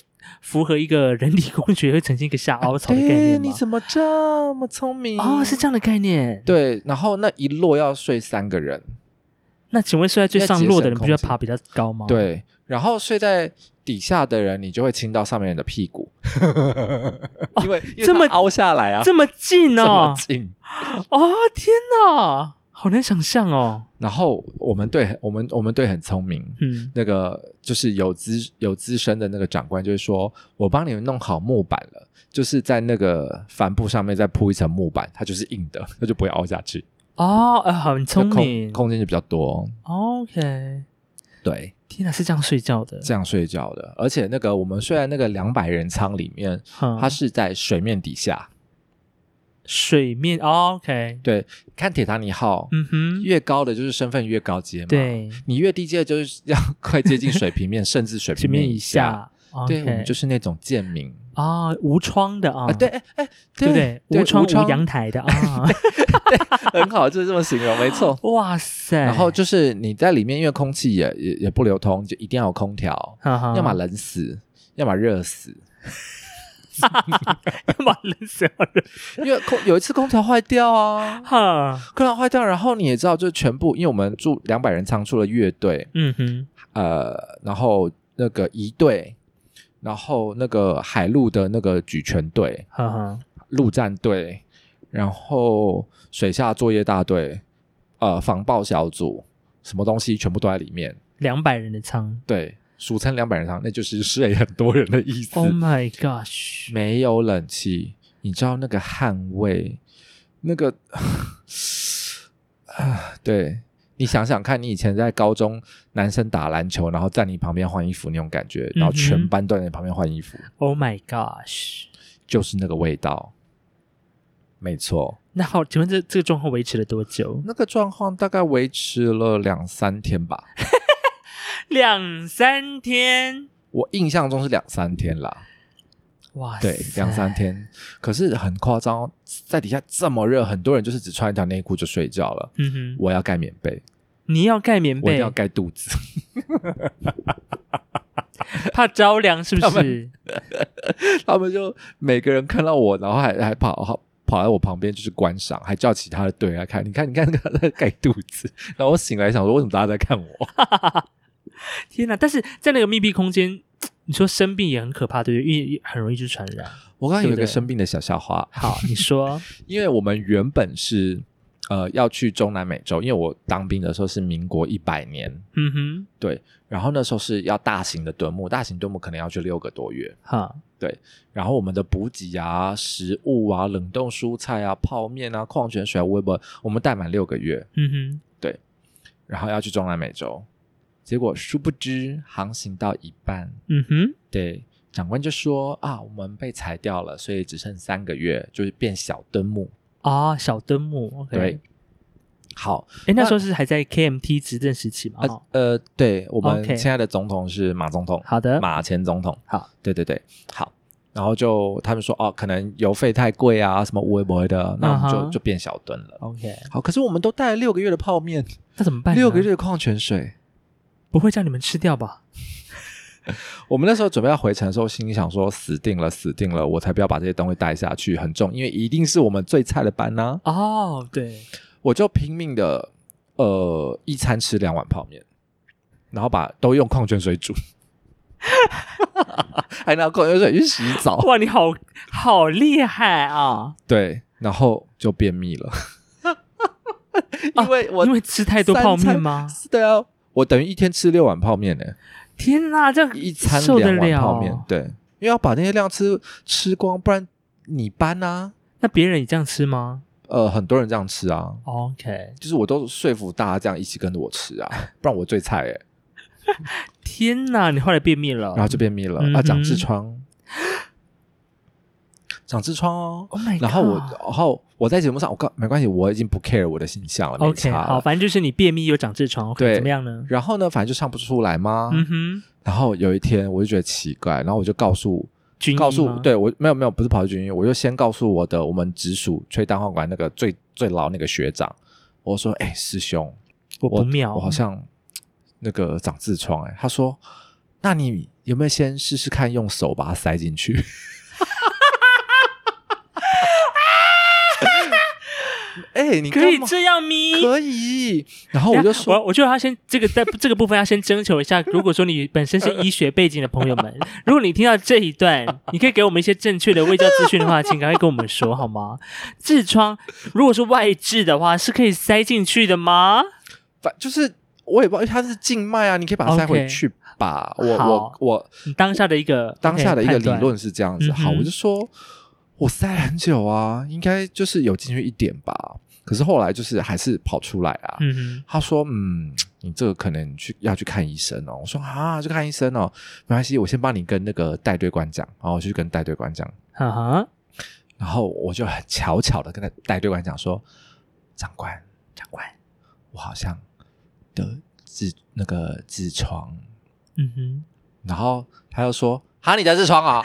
S3: 符合一个人体工学会呈现一个下凹槽的概
S2: 对，
S3: 念
S2: 哎你
S3: 吗？
S2: 怎么这么聪明？
S3: 哦，是这样的概念。，
S2: 对，然后那一摞要睡三个人，
S3: 那请问睡在最上落的人，不就要爬比较高吗？，
S2: 对，然后睡在底下的人，你就会亲到上面人的屁 股，因为因为
S3: 哦这么
S2: 它凹下来啊，
S3: 这么近
S2: 这么
S3: 哦，
S2: 近，
S3: 哦，天哪，好难想象哦。
S2: 然后我们队，我们我们队很聪明，
S3: 嗯，
S2: 那个就是有资有资深的那个长官就会说，我帮你们弄好木板了，就是在那个帆布上面再铺一层木板，它就是硬的，它就不会凹下去，
S3: 哦，呃，很聪
S2: 那空
S3: 明。
S2: 空间就比较多。
S3: OK，
S2: 对，
S3: 天哪，是这样睡觉的。
S2: 这样睡觉的。而且那个我们睡在那个两百人舱里面，
S3: 嗯
S2: 它是在水面底下。
S3: 水面。哦 OK，
S2: 对，看铁达尼号，
S3: 嗯哼，
S2: 越高的就是身份越高阶嘛。。
S3: 对，
S2: 你越低阶的就是要 快接近水平面，甚至水
S3: 水
S2: 平
S3: 面
S2: 面
S3: 以
S2: 下。
S3: 下。OK
S2: 对，我们就是那种贱民
S3: 啊，无窗的啊
S2: 啊，，对，哎哎，
S3: 对不对？无窗
S2: 无窗
S3: 无 阳台的啊，
S2: 很好，就是这么形容，没错。
S3: 哇塞！
S2: 然后就是你在里面，因为空气也也也不流通，就一定要有空调，
S3: 哈哈，
S2: 要么冷死，要么热死。
S3: 要么冷死要热
S2: 因为空有一次空调坏掉啊，
S3: 哈，
S2: 空调坏掉，然后你也知道，就全部，因为我们住两百人仓，除了乐队，
S3: 嗯哼，
S2: 呃，然后那个仪队，然后那个海陆的那个举拳队、
S3: 哈哈，
S2: 陆战队，然后水下作业大队，呃，防爆小组，什么东西全部都在里面。
S3: 两百人的仓
S2: 对，俗称两百人舱，那就是睡很多人的意思。
S3: ，Oh my gosh！
S2: 没有冷气，你知道那个汗味，那个 啊，对你想想看，你以前在高中男生打篮球，然后在你旁边换衣服那种感觉，然后
S3: 嗯哼
S2: 全班都在你旁边换衣服，
S3: Oh my gosh！
S2: 就是那个味道。没错，
S3: 那好，请问这这个状况维持了多久？
S2: 那个状况大概维持了两三天吧，
S3: 两三天。
S2: 我印象中是两三天啦。
S3: 哇塞，
S2: 对，两三天。可是很夸张哦，在底下这么热，很多人就是只穿一条内裤就睡觉了。
S3: 嗯哼，
S2: 我要盖棉被，
S3: 你要盖棉
S2: 我一定
S3: 被
S2: 要，盖肚子。
S3: 怕着凉是不
S2: 他
S3: 是？
S2: 他们就每个人看到我，然后还还跑跑跑来我旁边就是观赏，还叫其他的队来看。你看，你看那个在盖肚子。 然后我醒来想说，为什么大家在看我？
S3: 天哪！但是在那个密闭空间，你说生病也很可怕，对不对？因为很容易就传染。
S2: 我刚刚有一
S3: 对不对
S2: 个生病的小笑话，
S3: 好，你说，
S2: 因为我们原本是呃要去中南美洲，因为我当兵的时候是民国一百年。
S3: 嗯哼，
S2: 对，然后那时候是要大型的蹲木，大型蹲木可能要去六个多月，
S3: 哈，
S2: 然后我们的补给啊、食物啊、冷冻蔬菜啊、泡面啊、矿泉水啊、微博，我们带满六个月，
S3: 嗯哼。
S2: 然后要去中南美洲。结果殊不知，航行到一半，
S3: 嗯哼，
S2: 对长官就说啊，我们被裁掉了，所以只剩三个月，就是变小登木。
S3: 啊，小灯木，OK，
S2: 对，，好，
S3: 哎，那
S2: 那
S3: 时候是还在 KMT 执政时期嘛？
S2: 呃
S3: 哦
S2: 呃，对我们
S3: OK
S2: 现在的总统是马总统，
S3: 好的，
S2: 马前总统。
S3: 好，
S2: 对对对，好。然后就他们说哦，可能油费太贵啊，什么微博的，那我们就、
S3: 嗯哼
S2: 就变小吨了。
S3: ，OK，
S2: 好，可是我们都带了六个月的泡面，
S3: 那怎么办呢？
S2: 六个月的矿泉水。
S3: 不会叫你们吃掉吧？
S2: 我们那时候准备要回程的时候，心里想说死定了，死定了，我才不要把这些东西带下去，很重，因为一定是我们最菜的班啊呢、
S3: 哦，对，
S2: 我就拼命的，呃，一餐吃两碗泡面，然后把都用矿泉水煮， 还拿矿泉水去洗澡，
S3: 哇，你好好厉害啊！
S2: 对，然后就便秘了， 啊因为我、
S3: 因为吃太多
S2: 三
S3: 泡面
S2: 餐
S3: 吗？
S2: 对啊，我等于一天吃六碗泡面呢、
S3: 天哪，这样
S2: 一餐
S3: 受得
S2: 两碗
S3: 了
S2: 泡面，对，因为要把那些量吃吃光，不然你搬啊。
S3: 那别人也这样吃吗
S2: 呃，很多人这样吃啊，
S3: ？OK，
S2: 就是我都说服大家这样一起跟着我吃啊，不然我最菜哎、
S3: 天哪，你后来便秘了
S2: 然后就便秘了、
S3: 嗯
S2: 啊，
S3: 哼
S2: 长痔疮，长痔疮哦。
S3: ，Oh my，
S2: 然后我，然后我在节目上，我告没关系，我已经不 care 我的形象了没
S3: OK，
S2: 差
S3: 好，
S2: 了。
S3: 反正就是你便秘又长痔疮，OK，
S2: 对
S3: 怎么样呢？
S2: 然后呢，反正就唱不出来嘛。
S3: 嗯哼，
S2: 然后有一天，我就觉得奇怪，然后我就告诉
S3: 军医
S2: 告诉
S3: 吗，
S2: 对我没有没有不是跑去军医，我就先告诉我的我们直属吹单簧管那个最最老那个学长，我说：“哎、师兄，
S3: 我
S2: 我
S3: 不妙，
S2: 我好像那个长痔疮。”哎，他说：“那你有没有先试试看用手把它塞进去？” 哎、对你
S3: 可以
S2: 干嘛
S3: 这样咪？
S2: 可以。然后我就说，
S3: 我我觉得他先这个在 这个部分要先征求一下，如果说你本身是医学背景的朋友们， 如果你听到这一段，你可以给我们一些正确的卫教资讯的话，请赶快跟我们说好吗？痔疮如果是外痔的话，是可以塞进去的吗？
S2: 反就是我也不知道，它是静脉啊，你可以把它塞回
S3: OK
S2: 去吧。
S3: 好
S2: 我我我
S3: 你当下的一个
S2: 当下的一个理，
S3: OK，判断
S2: 论是这样子。
S3: 嗯哼
S2: 好，我就说我塞了很久啊，应该就是有进去一点吧。可是后来就是还是跑出来啊。
S3: 嗯哼，
S2: 他说：“嗯，你这个可能去要去看医生哦。”我说：“啊，去看医生哦，没关系，我先帮你跟那个带队官讲。”然后我就去跟带队官讲，
S3: 哈哈，
S2: 然后我就很巧巧的跟他带队官讲说：“长官，长官，我好像得痔那个痔疮。
S3: 嗯哼，”
S2: 然后他又说：“哈，你得痔 疮啊？”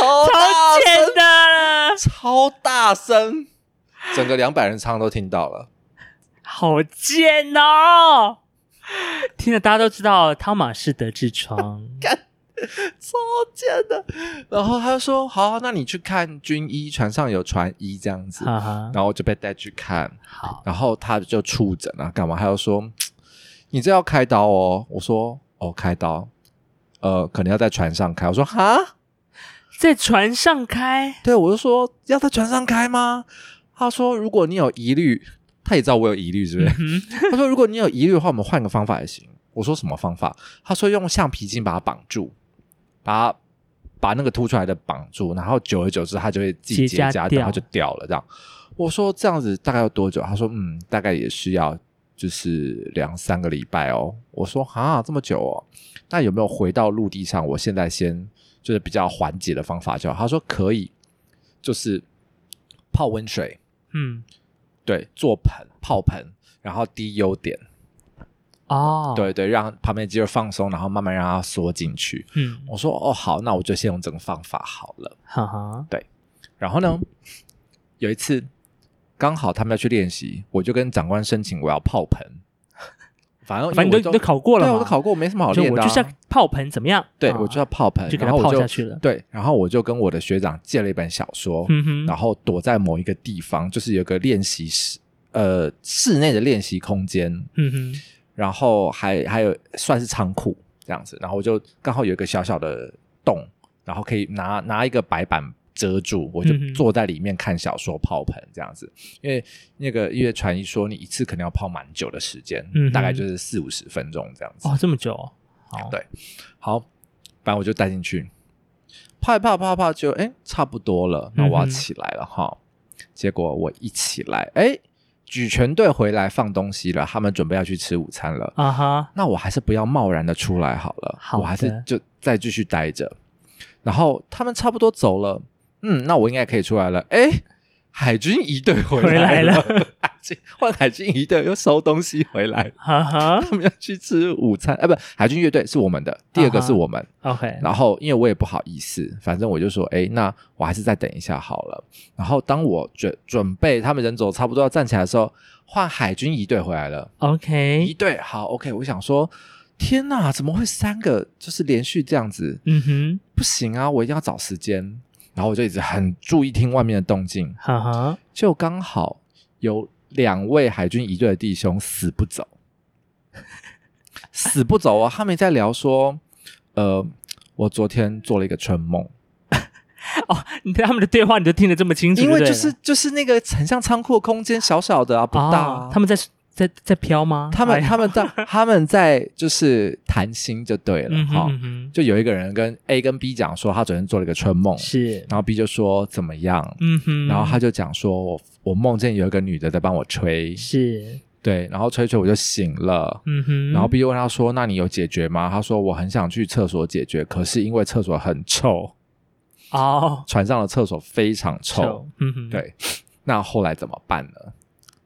S2: 超
S3: 超
S2: 大
S3: 简
S2: 声，
S3: 单了，
S2: 超大声，整个两百人仓都听到了。
S3: 好贱哦！天哪，大家都知道汤马士得痔 疮，
S2: 超贱的。然后他就说：“好，那你去看军医，船上有船医这样子。
S3: 哈哈，
S2: 然后就被带去看，
S3: 好，
S2: 然后他就触诊啊，干嘛？他就说：“你这要开刀哦。”我说：“哦，开刀，呃，可能要在船上开。”我说：“哈，
S3: 在船上开。
S2: 对，我就说要在船上开吗？”他说：“如果你有疑虑，他也知道我有疑虑，是不是？
S3: 嗯哼，
S2: 他说：“如果你有疑虑的话，我们换个方法也行。”我说：“什么方法？”他说：“用橡皮筋把它绑住，把它把那个凸出来的绑住，然后久而久之，它就会自己
S3: 结
S2: 结
S3: 痂
S2: 痂，
S3: 掉
S2: 然后就掉了。”这样，我说：“这样子大概要多久？”他说：“嗯，大概也是要就是两三个礼拜哦。”我说：“啊，这么久哦？那有没有回到陆地上？我现在先就是比较缓解的方法就好。”他说：“可以，就是泡温水，
S3: 嗯，
S2: 对，做盆泡盆，然后滴优点。”
S3: 哦，，
S2: 对对，让旁边的肌肉放松，然后慢慢让它缩进去。
S3: 嗯，
S2: 我说哦好，那我就先用这个方法好了。
S3: 哈哈，
S2: 然后呢，有一次刚好他们要去练习，我就跟长官申请我要泡盆，反正因为
S3: 反正
S2: 我
S3: 你都你都考过了嘛，
S2: 对，我都考过，没什么好
S3: 就
S2: 练
S3: 我
S2: 的啊、
S3: 就是要泡盆，怎么样？
S2: 对、
S3: 啊
S2: 我就要泡盆，
S3: 就给
S2: 然
S3: 它
S2: 后我
S3: 泡
S2: 就哦
S3: 下去了。
S2: 对，然后我就跟我的学长借了一本小说，
S3: 嗯哼，
S2: 然后躲在某一个地方，就是有个练习室，呃，室内的练习空间，
S3: 嗯哼，
S2: 然后还还有算是仓库这样子，然后我就刚好有一个小小的洞，然后可以拿拿一个白板遮住，我就
S3: 嗯哼
S2: 坐在里面看小说泡盆这样子，因为那个因为传一说你一次可能要泡蛮久的时间，
S3: 嗯哼
S2: 大概就是四五十分钟这样子。
S3: 哦，这么久哦，好，
S2: 对好，反正我就带进去，泡一泡泡一泡就哎差不多了，那我要
S3: 嗯哼
S2: 起来了哈。结果我一起来，哎，举拳队回来放东西了，他们准备要去吃午餐了。
S3: 啊哈，
S2: 那我还是不要贸然的出来好了，
S3: 好的
S2: 我还是就再继续待着。然后他们差不多走了，嗯，那我应该可以出来了。哎，海军一队回来了，
S3: 回
S2: 海军换 海军一队又收东西回来，
S3: 哈哈
S2: 他们要去吃午餐。哎，不，海军乐队是我们的，第二个是我们。
S3: ，OK，
S2: 然后因为我也不好意思，反正我就说，哎，那我还是再等一下好了。然后当我准准备他们人走差不多要站起来的时候，换海军一队回来了。一
S3: OK，
S2: 对，好，OK。我想说，天哪，怎么会三个就是连续这样子？
S3: 嗯哼，
S2: 不行啊，我一定要找时间。然后我就一直很注意听外面的动静，
S3: 哈 哈，
S2: 就刚好有两位海军一队的弟兄死不走，死不走啊！他们在聊说，呃，我昨天做了一个春梦，
S3: 哦，你他们的对话你都听得这么清楚，
S2: 因为
S3: 对
S2: 就
S3: 不对
S2: 是就是那个很像仓库的空间，小小的啊，不大、
S3: 哦他们在在在飘吗？
S2: 他们
S3: 哎呀
S2: 他们在他们在就是谈心就对了
S3: 嗯
S2: 哈、
S3: 哼嗯
S2: 就有一个人跟 A 跟 B 讲说，他昨天做了一个春梦
S3: 哼，，是，
S2: 然后 B 就说怎么样，
S3: 嗯哼，
S2: 然后他就讲说我我梦见有一个女的在帮我吹，
S3: 是，
S2: 对，然后吹吹我就醒了。
S3: 嗯哼，
S2: 然后 B 就问他说：“那你有解决吗？”他说：“我很想去厕所解决，可是因为厕所很臭，
S3: 哦，
S2: 船上的厕所非常臭。
S3: 手，嗯哼，
S2: 对，那后来怎么办呢？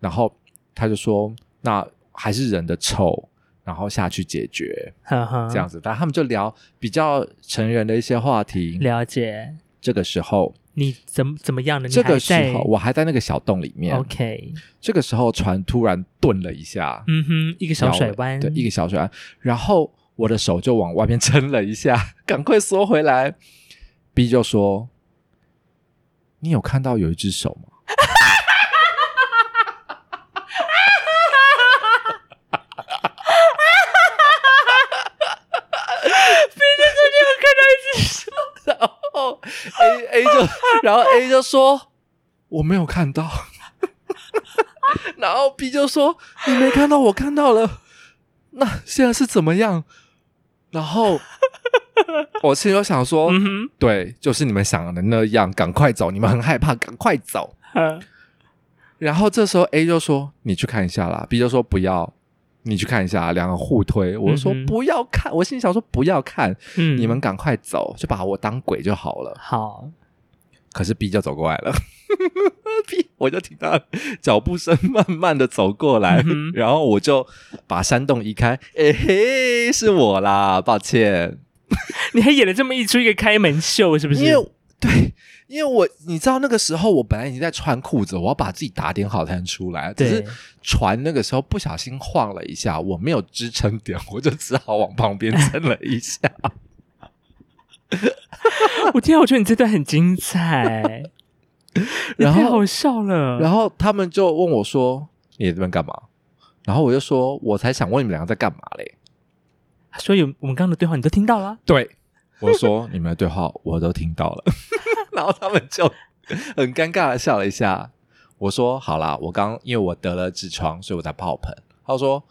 S2: 然后他就说：“那还是人的臭，然后下去解决
S3: 哈哈，
S2: 这样子。”但他们就聊比较成人的一些话题。
S3: 了解。
S2: 这个时候，
S3: 你怎么怎么样了？你
S2: 这个
S3: 还
S2: 时
S3: 在
S2: 候我还在那个小洞里面。
S3: OK，
S2: 这个时候船突然顿了一下，
S3: 嗯哼，一个小
S2: 摇了
S3: 甩弯，
S2: 对，一个小水弯，然后我的手就往外面撑了一下，赶快缩回来。B 就说：“你有看到有一只手吗？ 然后 A A 就，然后 A 就说我没有看到， 然后 B 就说你没看到，我看到了，那现在是怎么样？然后我心里就想说，
S3: 嗯
S2: 对，就是你们想的那样，赶快走，你们很害怕，赶快走。
S3: 哼，嗯
S2: 然后这时候 A 就说：“你去看一下啦。”B 就说：“不要，你去看一下。”两个互推，我就说
S3: 嗯：“哼
S2: 不要看。”我心里想说：“不要看，
S3: 嗯，
S2: 你们赶快走，就把我当鬼就好了。
S3: 好，”
S2: 可是 B 就走过来了 ，B 我就听到脚步声慢慢的走过来，
S3: 嗯哼
S2: 然后我就把山洞移开，哎、嘿，是我啦，抱歉。
S3: 你还演了这么一出一个开门秀，是不是？
S2: 因为对，因为我你知道那个时候我本来已经在穿裤子，我要把自己打点好才能出来。只是
S3: 对
S2: 船那个时候不小心晃了一下，我没有支撑点，我就只好往旁边撑了 一下。
S3: 我天、啊，我觉得你这段很精彩，也
S2: 然
S3: 太
S2: 后
S3: 好笑了。
S2: 然
S3: 后
S2: 后他们就问我说：“你在这边干嘛？”然后我就说：“我才想问你们两个在干嘛嘞。
S3: 所以我们刚刚的对话你都听到了”，
S2: 对，我说你们的对话我都听到了， 然后他们就很尴尬的笑了一下。我说：“好啦，我刚因为我得了痔疮，所以我在泡盆。”他说：“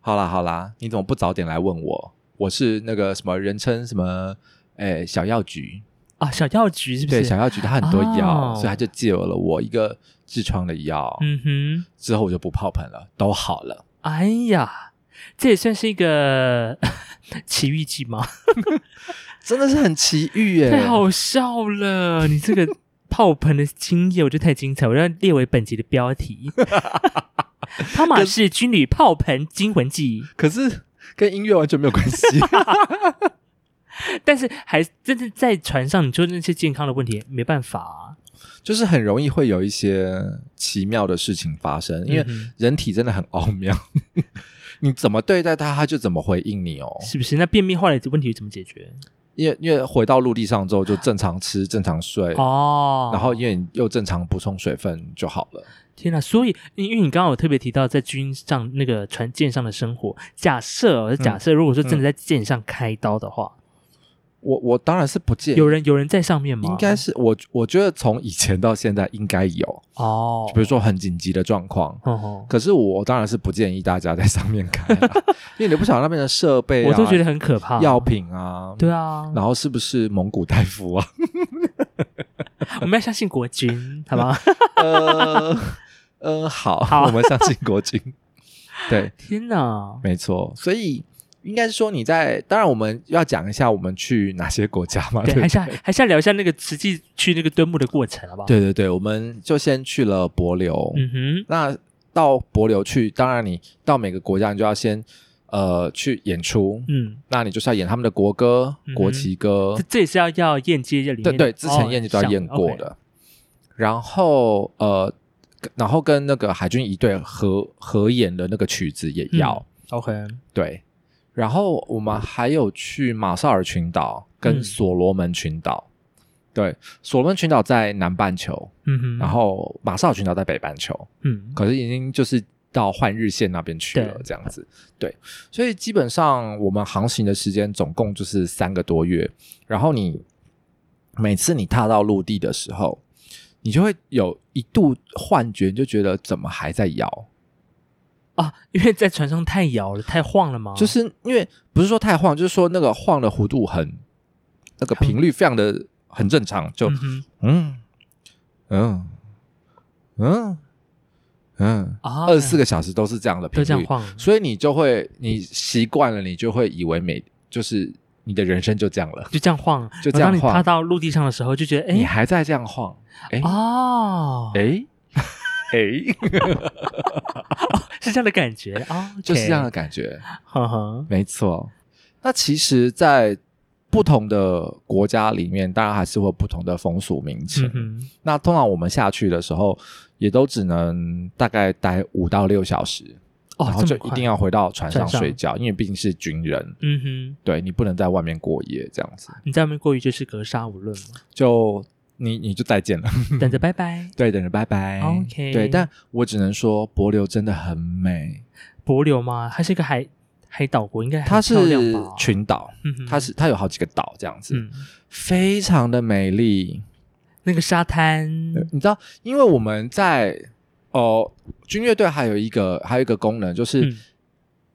S2: 好啦好啦，你怎么不早点来问我？我是那个什么人称什么，诶、小药局。”
S3: 啊，小药局是不是？
S2: 对，小药局它很多药，
S3: 哦
S2: 所以他就借了我一个痔疮的药。
S3: 嗯哼，
S2: 之后我就不泡盆了，都好了。
S3: 哎呀，这也算是一个 奇遇记吗？
S2: 真的是很奇遇耶、
S3: 太好笑了！ 你这个泡盆的经验，我觉得太精彩，我要列为本集的标 题。汤马士军旅泡盆惊魂记，
S2: 可是跟音乐完全没有关系。
S3: 但是还真的在船上，你说那些健康的问题没办法啊。
S2: 就是很容易会有一些奇妙的事情发生，因为
S3: 嗯
S2: 人体真的很奥妙， 你怎么对待它，它就怎么回应你哦。
S3: 是不是？那便秘化的问题怎么解决？
S2: 因为因为回到陆地上之后，就正常吃、正常睡，
S3: 哦，
S2: 然后因为你又正常补充水分就好了。
S3: 天呐！所以因为你刚刚有特别提到在军上那个船舰上的生活，假设哦假设如果说
S2: 嗯
S3: 真的在舰上开刀的话，
S2: 我我当然是不建议
S3: 有，人有人在上面吗？
S2: 应该是我我觉得从以前到现在应该有，
S3: 哦，
S2: 比如说很紧急的状况。
S3: 哦吼，
S2: 可是我当然是不建议大家在上面 开啦，因为你不晓得那边的设备、啊，
S3: 我都觉得很可怕。
S2: 药品啊，
S3: 对 啊，
S2: 然后是不是蒙古大夫啊？
S3: 我们要相信国军，好 吗？
S2: 呃呃，好，
S3: 好
S2: 我们相信国军。对，
S3: 天呐！
S2: 没错，所以应该是说你在，当然我们要讲一下我们去哪些国家 嘛，对
S3: 对，还
S2: 不对，
S3: 是要还是要聊一下那个实际去那个蹲木的过程，好不好？，
S2: 对对对，我们就先去了帛琉，
S3: 嗯
S2: 那到帛琉去，当然你到每个国家，你就要先呃去演出，
S3: 哼，嗯，
S2: 那你就是要演他们的国歌、
S3: 嗯哼
S2: 国旗歌
S3: 这，这也是要要验接这里
S2: 对
S3: 面
S2: 对，之前
S3: 哦
S2: 验就都要
S3: 像
S2: 验过
S3: OK
S2: 的。然后呃，然后跟那个海军一队合合演的那个曲子也要、
S3: OK，
S2: 对。然后我们还有去马绍尔群岛跟
S3: 嗯
S2: 所罗门群岛。对，所罗门群岛在南半球，
S3: 嗯哼，
S2: 然后马绍尔群岛在北半球，
S3: 嗯
S2: 可是已经就是到换日线那边去了
S3: 对，
S2: 这样子。对，所以基本上我们航行的时间总共就是三个多月。然后你每次你踏到陆地的时候，你就会有一度幻觉，你就觉得怎么还在摇？
S3: 啊，因为在船上太摇了，太晃了嘛，
S2: 就是因为不是说太晃，就是说那个晃的弧度很，那个频率非常的很正常，就
S3: 嗯哼
S2: 嗯嗯嗯嗯，
S3: 啊，
S2: 二十四个小时都是这样的频
S3: 都这样
S2: 率。
S3: 晃，
S2: 所以你就会，你习惯了，你就会以为每就是你的人生就这样了，
S3: 就这样晃，
S2: 就这样
S3: 然
S2: 晃
S3: 后当你踏到陆地上的时候，就觉得
S2: 你
S3: 哎，
S2: 还在这样晃，哎
S3: 哦，
S2: 哎 哎，
S3: 是这样的感觉啊，
S2: 就是这样的，感觉，
S3: 哈哈，
S2: 没错。那其实，在不同的国家里面，当然还是会有不同的风俗民情
S3: 嗯。哼，
S2: 那通常我们下去的时候，也都只能大概待五到六小时，然
S3: 哦，
S2: 后
S3: 这
S2: 就
S3: 么
S2: 一
S3: 快
S2: 定，要回到船上
S3: 船上
S2: 睡觉，因为毕竟是军人，
S3: 嗯哼，
S2: 对你不能在外面过夜这样子。
S3: 你在外面过于就是格杀无论嘛，
S2: 就你你就再见了，
S3: 等着拜拜。
S2: 对，等着拜拜。
S3: OK
S2: 对，但我只能说柏流真的很美，
S3: 帛琉吗？它是一个海海岛国，应该很
S2: 它
S3: 漂
S2: 是
S3: 亮吧，
S2: 群岛，
S3: 嗯哼
S2: 它是它有好几个岛这样子，
S3: 嗯，
S2: 非常的美丽。
S3: 那个沙滩，
S2: 对你知道，因为我们在哦、军乐队还有一个还有一个功能就是。
S3: 嗯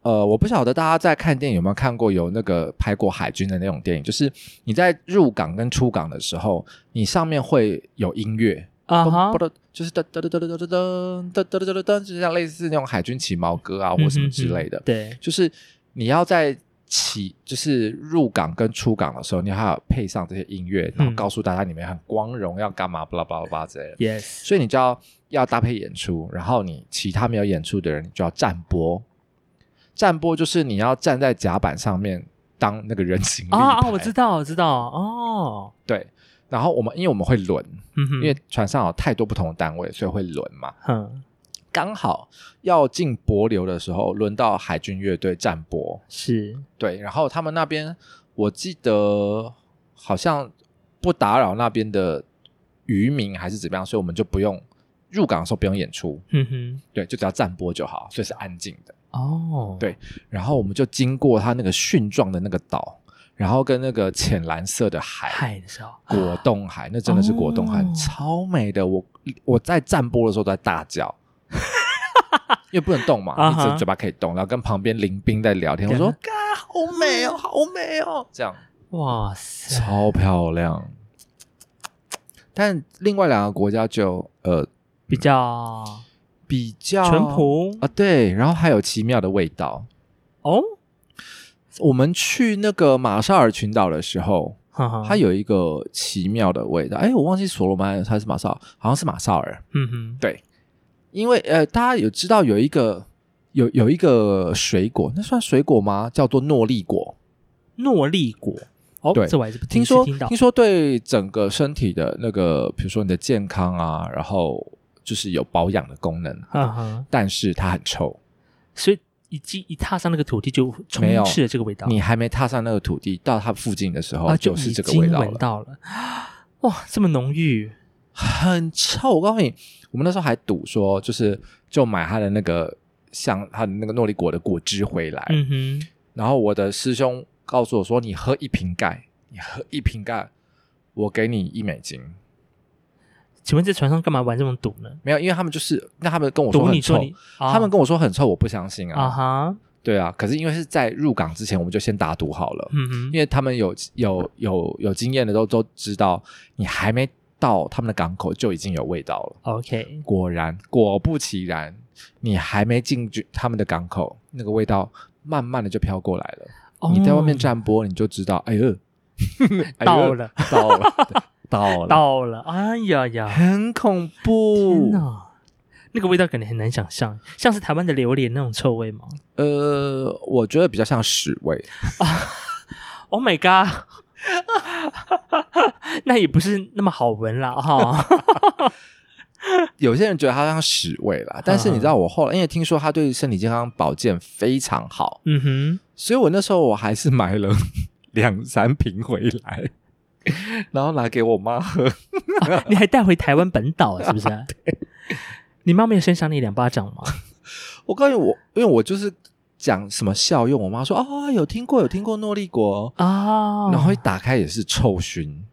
S2: 呃，我不晓得大家在看电影有没有看过有那个拍过海军的那种电影，就是你在入港跟出港的时候，你上面会有音乐，
S3: 啊哈
S2: 不，不就是噔噔噔噔噔噔噔噔噔噔噔噔，就像类似那种海军旗毛歌啊
S3: 嗯
S2: 或什么
S3: 哼
S2: 之
S3: 哼
S2: 类的，
S3: 对，
S2: 就是你要在起就是入港跟出港的时候，你还要配上这些音乐，然后
S3: 嗯
S2: 告诉大家你们很光荣，要干嘛，巴拉巴拉巴拉之类的。
S3: Yes，
S2: 所以你就要要搭配演出，然后你其他没有演出的人你就要站播，站播就是你要站在甲板上面当那个人形立牌
S3: 啊啊，我知道，我知道，哦，
S2: 对。然后我们因为我们会轮，
S3: 嗯哼，
S2: 因为船上有太多不同的单位，所以会轮嘛。
S3: 哼
S2: 刚好要进柏流的时候，轮到海军乐队站播，
S3: 是
S2: 对。然后他们那边我记得好像不打扰那边的渔民还是怎么样，所以我们就不用入港的时候不用演出，
S3: 嗯哼，
S2: 对，就只要站播就好，所以是安静的。
S3: 哦，
S2: 对然后我们就经过它那个蕈状的那个岛，然后跟那个浅蓝色的海，
S3: 海的时候，
S2: 果冻海，那真的是果冻
S3: 啊
S2: 海，
S3: 哦
S2: 超美的。我我在站播的时候都在大 叫，因为不能动嘛，
S3: 啊
S2: 你
S3: 哈
S2: 只有嘴巴可以动，然后跟旁边林兵在聊天，我说
S3: 天：“嗯
S2: 嘎，好美哦，好美哦！”这样
S3: 哇塞，
S2: 超漂亮。但另外两个国家就呃
S3: 比较
S2: 比较
S3: 淳朴
S2: 啊，对，然后还有奇妙的味道。
S3: 哦，
S2: 我们去那个马绍尔群岛的时候，
S3: 哈哈，
S2: 它有一个奇妙的味道。哎，我忘记所罗门还是马绍尔，好像是马绍尔。
S3: 嗯哼，
S2: 因为呃，大家有知道有一个有有一个水果，那算水果吗？叫做诺丽果。
S3: 诺丽果，哦
S2: 对，
S3: 这我还是不
S2: 听
S3: 第一次
S2: 说
S3: 听到，
S2: 说对整个身体的那个，比如说你的健康啊，然后就是有保养的功能，
S3: 哈哈，
S2: 但是它很臭。
S3: 所以一进一踏上那个土地就充
S2: 没有
S3: 斥了这个味道，
S2: 你还没踏上那个土地，到它附近的时候，
S3: 啊就
S2: 就是
S3: 已
S2: 这个
S3: 经
S2: 味道
S3: 闻
S2: 了。
S3: 到了，哇，这么浓郁，
S2: 很臭。我告诉你，我们那时候还赌说，就是就买他的那个像他的那个诺丽果的果汁回来。
S3: 嗯哼，
S2: 然后我的师兄告诉我说，你喝一瓶盖，你喝一瓶盖，我给你一美金。
S3: 请问在船上干嘛玩这种赌呢？
S2: 没有，因为他们就是那他们跟我说
S3: 赌
S2: 很
S3: 你
S2: 臭
S3: 说，你，啊
S2: 他们跟我说很臭，我不相信啊。
S3: 啊哈，
S2: 对啊，可是因为是在入港之前，我们就先打赌好了。
S3: 嗯哼
S2: 因，为他们有有有有经验的都都知道，你还没到他们的港口就已经有味道了。
S3: OK，
S2: 果然，果不其然，你还没进去他们的港口，那个味道慢慢的就飘过来了。你在外面
S3: 哦
S2: 站播，你就知道，哎 呦，哎呦
S3: 到了，
S2: 到了，对 到了，
S3: 到了，哎呀呀，
S2: 很恐
S3: 天
S2: 怖。
S3: 哪！那个味道感觉很难想象，像是台湾的榴莲那种臭味吗
S2: 呃，我觉得比较像屎味，
S3: ？Oh my god！那也不是那么好闻啦哈。
S2: 有些人觉得它像屎味啦，但是你知道，我后来因为听说它对身体健康保健非常好，
S3: 嗯
S2: 所以我那时候我还是买了 两三瓶回来，然后拿给我妈喝。
S3: 哼，啊 你还带回台湾本岛是不 是啊？你妈没有先赏你两巴掌吗？
S2: 我告诉你，我因为我就是讲什么效用，我妈说啊、有听过，有听过诺丽果，
S3: 啊，
S2: 然后一打开也是臭熏，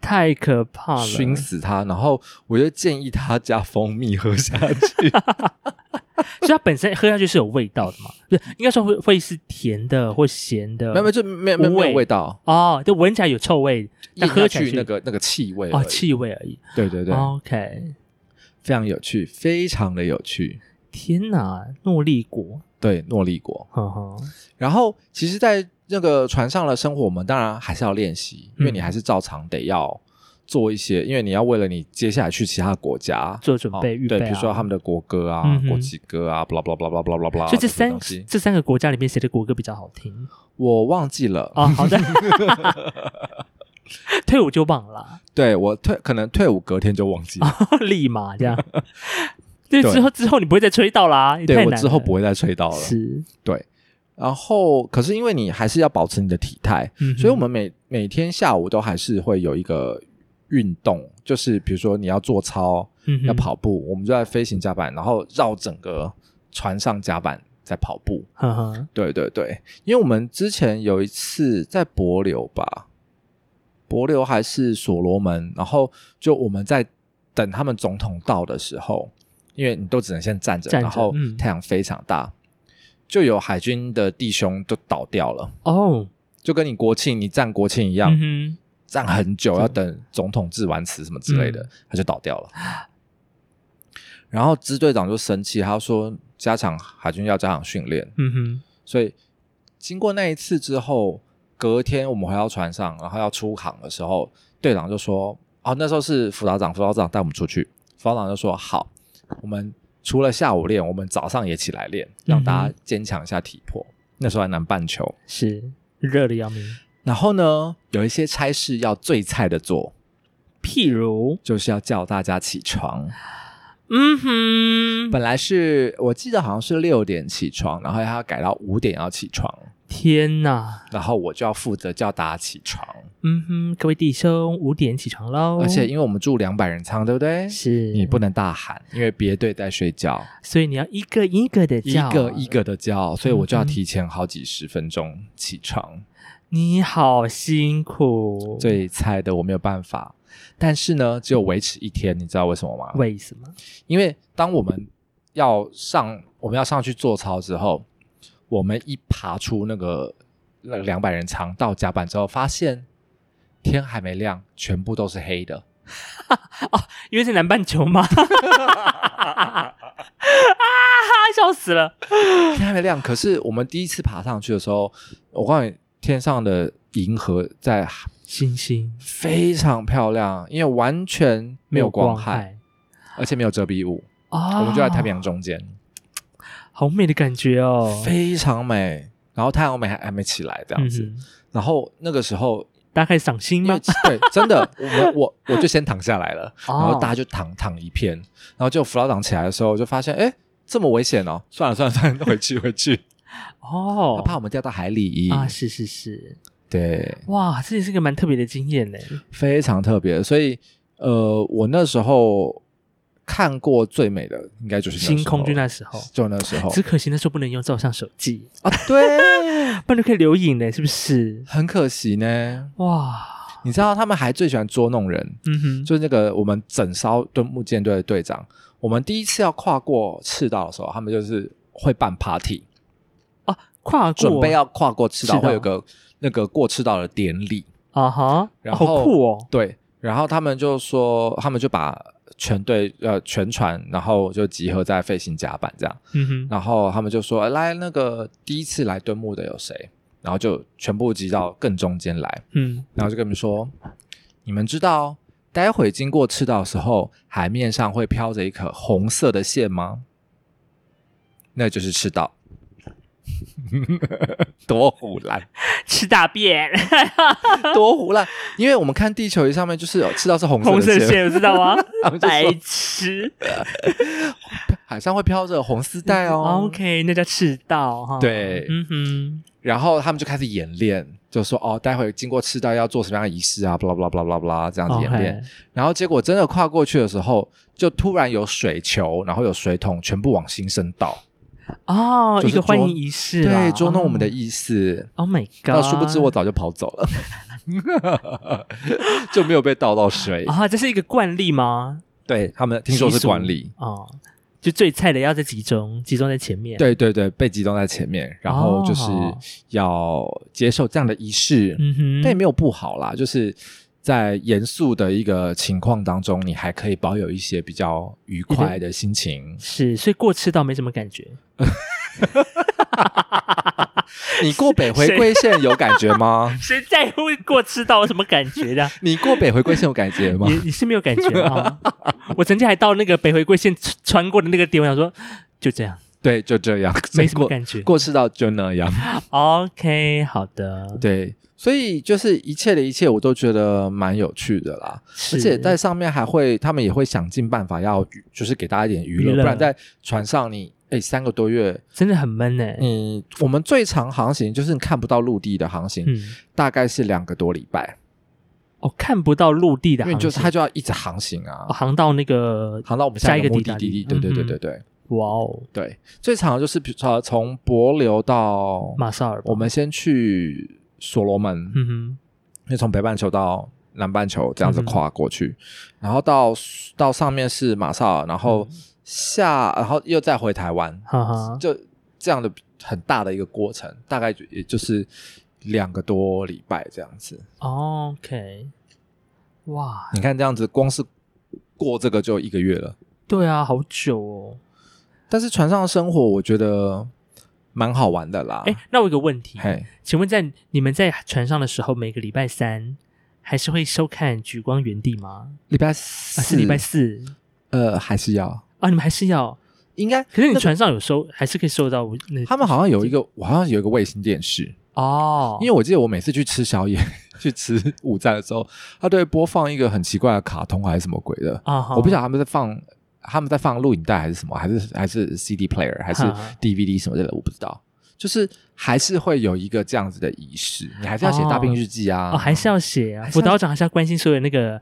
S3: 太可怕了，
S2: 熏死它。然后我就建议她加蜂蜜喝下去，
S3: 所以它本身喝下去是有味道的嘛？不是，应该说会会是甜的或咸的。
S2: 没有没有，就没有没有
S3: 无
S2: 没
S3: 味
S2: 有味道，
S3: 哦，就闻起来有臭味，
S2: 咽
S3: 但
S2: 下
S3: 喝起来
S2: 去
S3: 是
S2: 那个那个气味
S3: 哦
S2: 而已
S3: 气哦味而已。
S2: 对对对，
S3: OK，
S2: 非常有趣，非常的有趣。
S3: 天哪，诺丽果，
S2: 对诺丽果，
S3: 呵呵，
S2: 然后其实，在那个船上的生活，我们当然还是要练习，因为
S3: 嗯
S2: 你还是照常得要做一些，因为你要为了你接下来去其他国家
S3: 做准
S2: 哦
S3: 备预备啊。
S2: 对，比如说他们的国歌啊、
S3: 嗯哼
S2: 国旗歌啊，blah blah blah blah blah blah blah，
S3: 所以这
S2: 些
S3: 三
S2: 东西
S3: 这三个国家里面，谁的国歌比较好听？
S2: 我忘记了。
S3: 哦，好 的， 退伍就忘了，
S2: 对我退，可能退伍隔天就忘记了。
S3: 立马这样。 对，
S2: 对
S3: 之后之后你不会再吹到啦，也太
S2: 对我
S3: 难
S2: 之后
S3: 了
S2: 不会再吹到了。
S3: 是，
S2: 然后，可是因为你还是要保持你的体态，
S3: 嗯哼
S2: 所以我们每每天下午都还是会有一个运动，就是比如说你要做操、
S3: 嗯哼
S2: 要，跑步，我们就在飞行甲板，然后绕整个船上甲板在跑步。
S3: 呵呵，
S2: 对对对，因为我们之前有一次在柏流吧，柏流还是所罗门，然后就我们在等他们总统到的时候，因为你都只能先站着，
S3: 站着
S2: 然后
S3: 嗯
S2: 太阳非常大，就有海军的弟兄都倒掉了，
S3: 哦，
S2: 就跟你国庆你站国庆一样，
S3: 嗯
S2: 站很久，要等总统致完词什么之类的，
S3: 嗯
S2: 他就倒掉了。然后支队长就生气，他说加强海军要加强训练，
S3: 哼，嗯哼，
S2: 所以经过那一次之后，隔天我们回到船上，然后要出航的时候，队长就说：“哦，那时候是辅导长，辅导长带我们出去。”辅导长就说：“好，我们除了下午练，我们早上也起来练，让大家坚强一下体魄。那时候还南半球，
S3: 是热的要命。
S2: 然后呢，有一些差事要最菜的做，
S3: 譬如，
S2: 就是要叫大家起床。
S3: 嗯哼，
S2: 本来是我记得好像是六点起床，然后他要改到五点要起床，
S3: 天哪，
S2: 然后我就要负责叫大家起床。
S3: 嗯哼，各位弟兄，五点起床喽。
S2: 而且因为我们住两百人舱，对不对？
S3: 哦是
S2: 你不能大喊，因为别队在睡觉，
S3: 所以你要一个一个的
S2: 一
S3: 叫，
S2: 个一。个的叫，所以我就要
S3: 嗯哼
S2: 提前好几十分钟起床。
S3: 你好辛苦，
S2: 最菜的我没有办法，但是呢，只有维持一天，你知道为什么吗？
S3: 为什么？
S2: 因为当我们要上我们要上去做操之后，我们一爬出那个那两百人舱到甲板之后，发现天还没亮，全部都是黑的。
S3: 因为是南半球 吗？ 啊！笑死了。
S2: 天还没亮，可是我们第一次爬上去的时候，我告诉你，天上的银河在
S3: 星星
S2: 非常漂亮，因为完全没有光害，
S3: 害
S2: 而且没有遮蔽物，
S3: 啊！
S2: 我们就在太平洋，中间，
S3: 好美的感觉哦。
S2: 非常美。然后太阳没还还没起来这样子，
S3: 嗯哼，
S2: 然后那个时候
S3: 大概赏心
S2: 因为
S3: 吗？
S2: 对，真的，我们我我就先躺下来了，
S3: 哦
S2: 然后大家就躺躺一片，然后就辅导长起来的时候，就发现哎。诶这么危险哦！算了算了算了，回去回去，他
S3: 哦，
S2: 怕我嗯们掉到海里。
S3: 啊，是是是，
S2: 对，
S3: 哇，这也是个蛮特别的经验呢。
S2: 非常特别。所以，呃，我那时候看过最美的，应该就是那时候
S3: 星空就那时候，
S2: 就 那时候
S3: 只可惜那时候不能用照相手机，
S2: 啊，对，
S3: 不然就可以留影呢，是不是？
S2: 很可惜呢。
S3: 哇，
S2: 你知道他们还最喜欢捉弄人，
S3: 嗯哼，
S2: 就是那个我们整艘蹲木舰队的队长，我们第一次要跨过赤道的时候，他们就是会办 party，
S3: 哦，跨过，
S2: 准备要跨过赤道，
S3: 赤道
S2: 会有个那个过赤道的典礼，
S3: 啊哈，
S2: 然后
S3: 好酷哦，
S2: 对，然后他们就说，他们就把全队呃全船，然后就集合在飞行甲板这样，
S3: 嗯哼，
S2: 然后他们就说：“呃来，那个第一次来蹲木的有谁？”然后就全部集到更中间来，
S3: 嗯，
S2: 然后就跟他们说：“你们知道，待会经过赤道的时候，海面上会飘着一颗红色的线吗？那就是赤道。”多胡乱，
S3: 吃大 便，
S2: 多胡乱！因为我们看地球仪上面就是有赤道是红
S3: 红
S2: 色
S3: 色
S2: 的线，
S3: 线，我知道 吗
S2: 他们？就说
S3: 白痴
S2: 海上会飘着红丝带哦。
S3: ，OK，那叫赤道哈，
S2: 对
S3: 嗯哼，
S2: 然后他们就开始演练，就说哦，待会经过赤道要做什么样的仪式啊，巴拉巴拉巴拉巴拉这样
S3: 哦
S2: 子演练。
S3: OK，
S2: 然后结果真的跨过去的时候，就突然有水球，然后有水桶，全部往新生倒，
S3: 哦，
S2: 就
S3: 一
S2: 是
S3: 个欢
S2: 捉
S3: 迎仪式啦，
S2: 对，捉弄我们的
S3: 哦
S2: 意思。
S3: ，Oh my
S2: 那
S3: God，
S2: 殊不知我早就跑走了， 就没有被倒到水。
S3: 啊，这是一个惯例吗？
S2: 对他们听说
S3: 习
S2: 是
S3: 俗
S2: 管理，
S3: 哦，就最菜的要在集中，集中在前面，
S2: 对对对，被集中在前面，然后就是
S3: 哦
S2: 要接受这样的仪式。
S3: 嗯哼，
S2: 但也没有不好啦，就是在严肃的一个情况当中，你还可以保有一些比较愉快的心情。
S3: 是，所以过赤道没什么感觉。？
S2: 你过北回归线有感觉吗
S3: 谁在乎过赤道有什么感觉的？
S2: 你过北回归线有感觉吗
S3: 你？你是没有感觉啊、我曾经还到那个北回归线穿穿过的那个点，我想说就这样，
S2: 对，就这 样，
S3: 没什么
S2: 过
S3: 感觉。
S2: 过世到就那 样。
S3: OK，好的，
S2: 对，所以就是一切的一切，我都觉得蛮有趣的啦。
S3: 是
S2: 而且在上面还会，他们也会想尽办法要，就是给大家一点娱乐，
S3: 娱乐
S2: 不然在船上你哎三个多月，
S3: 真的很闷哎、
S2: 你我们最长航行就是你看不到陆地的航行，
S3: 嗯，
S2: 大概是两个多礼拜。
S3: 哦，看不到陆地的
S2: 因
S3: 航线，
S2: 为就是它就要一直航行啊
S3: 哦，航到那个
S2: 航到我们
S3: 下
S2: 下
S3: 一
S2: 一
S3: 个
S2: 个目
S3: 达
S2: 的
S3: 地
S2: 地。对对对
S3: 嗯
S2: 对对
S3: 哇哦，
S2: 对，最长的就是比如说从帛琉到
S3: 马萨尔吧，
S2: 我们先去所罗门，
S3: 嗯哼，
S2: 就从北半球到南半球这样子
S3: 嗯哼
S2: 跨过去，然后到到上面是马绍尔，然后下，然后又再回台湾，
S3: 嗯哈哈，
S2: 就这样的很大的一个过程，大概就也就是两个多礼拜这样子。
S3: 哦 OK，哇，
S2: 你看这样子，光是过这个就一个月了，
S3: 对啊，好久哦。
S2: 但是船上的生活我觉得蛮好玩的啦。
S3: 哎，那我有个问题，
S2: 啊嘿，
S3: 请问在你们在船上的时候，每个礼拜三还是会收看《举光原地》吗？
S2: 礼拜
S3: 还
S2: 四，
S3: 啊是礼拜，四
S2: 呃，还是要
S3: 啊？你们还是要？
S2: 应该。
S3: 可是你
S2: 那个
S3: 船上有收，还是可以收到我那
S2: 他们好像有一个，我好像有一个卫星电视，
S3: 哦，
S2: 因为
S3: 为
S2: 我记得我每次去吃宵夜、 去吃午餐的时候，他都会播放一个很奇怪的卡通还是什么鬼的，
S3: 啊哈，
S2: 我不晓得他们在放他们在放录影带还是什么，还是还是 CD player 还是
S3: 哈哈
S2: DVD 什么之类的，我不知道。就是还是会有一个这样子的仪式，你还是要写大兵日记啊，
S3: 哦，还是要写啊，
S2: 还是
S3: 辅
S2: 要
S3: 导长还是要关心所有那个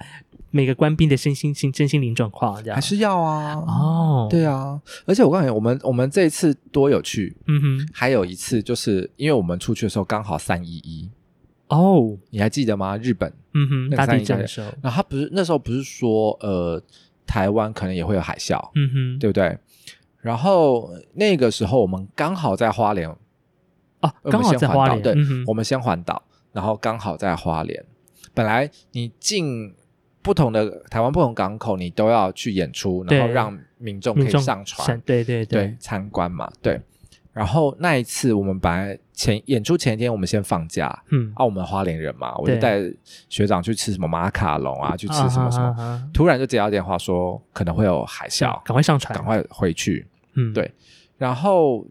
S3: 每个官兵的身心心身心灵状况，这样
S2: 还是要啊，
S3: 哦，，
S2: 对啊。而且我告诉你，我们我们这一次多有趣，
S3: 嗯哼，
S2: 还有一次就是因为我们出去的时候刚好三一一，
S3: 哦，
S2: 你还记得吗？日本
S3: 嗯哼，
S2: 那个
S3: 大地
S2: 三一
S3: 震
S2: 大
S3: 的
S2: 地
S3: 时候，
S2: 然后他不是那时候不是说呃，台湾可能也会有海啸，
S3: 嗯哼，
S2: 对不对？然后那个时候我们刚好在花莲，呃
S3: 哦，
S2: 我
S3: 刚
S2: 们
S3: 好
S2: 先
S3: 在
S2: 环
S3: 花
S2: 岛
S3: 莲，
S2: 对，
S3: 嗯哼
S2: 我们先环岛，然后刚好在花莲。本来你进不同的台湾不同港口，你都要去演出，然后
S3: 对
S2: 让民众可
S3: 民
S2: 以
S3: 众
S2: 上船，
S3: 对对
S2: 对，，参观嘛，对。然后那一次我们本来前演出前一天我们先放假，
S3: 嗯，
S2: 啊，我们花莲人嘛，我
S3: 对
S2: 就带学长去吃什么马卡龙啊，去吃什么什么，
S3: 啊哈哈哈
S2: 突然就接到电话说可能会有海啸，
S3: 赶快上船，
S2: 赶，快回去。
S3: 嗯，
S2: 对然后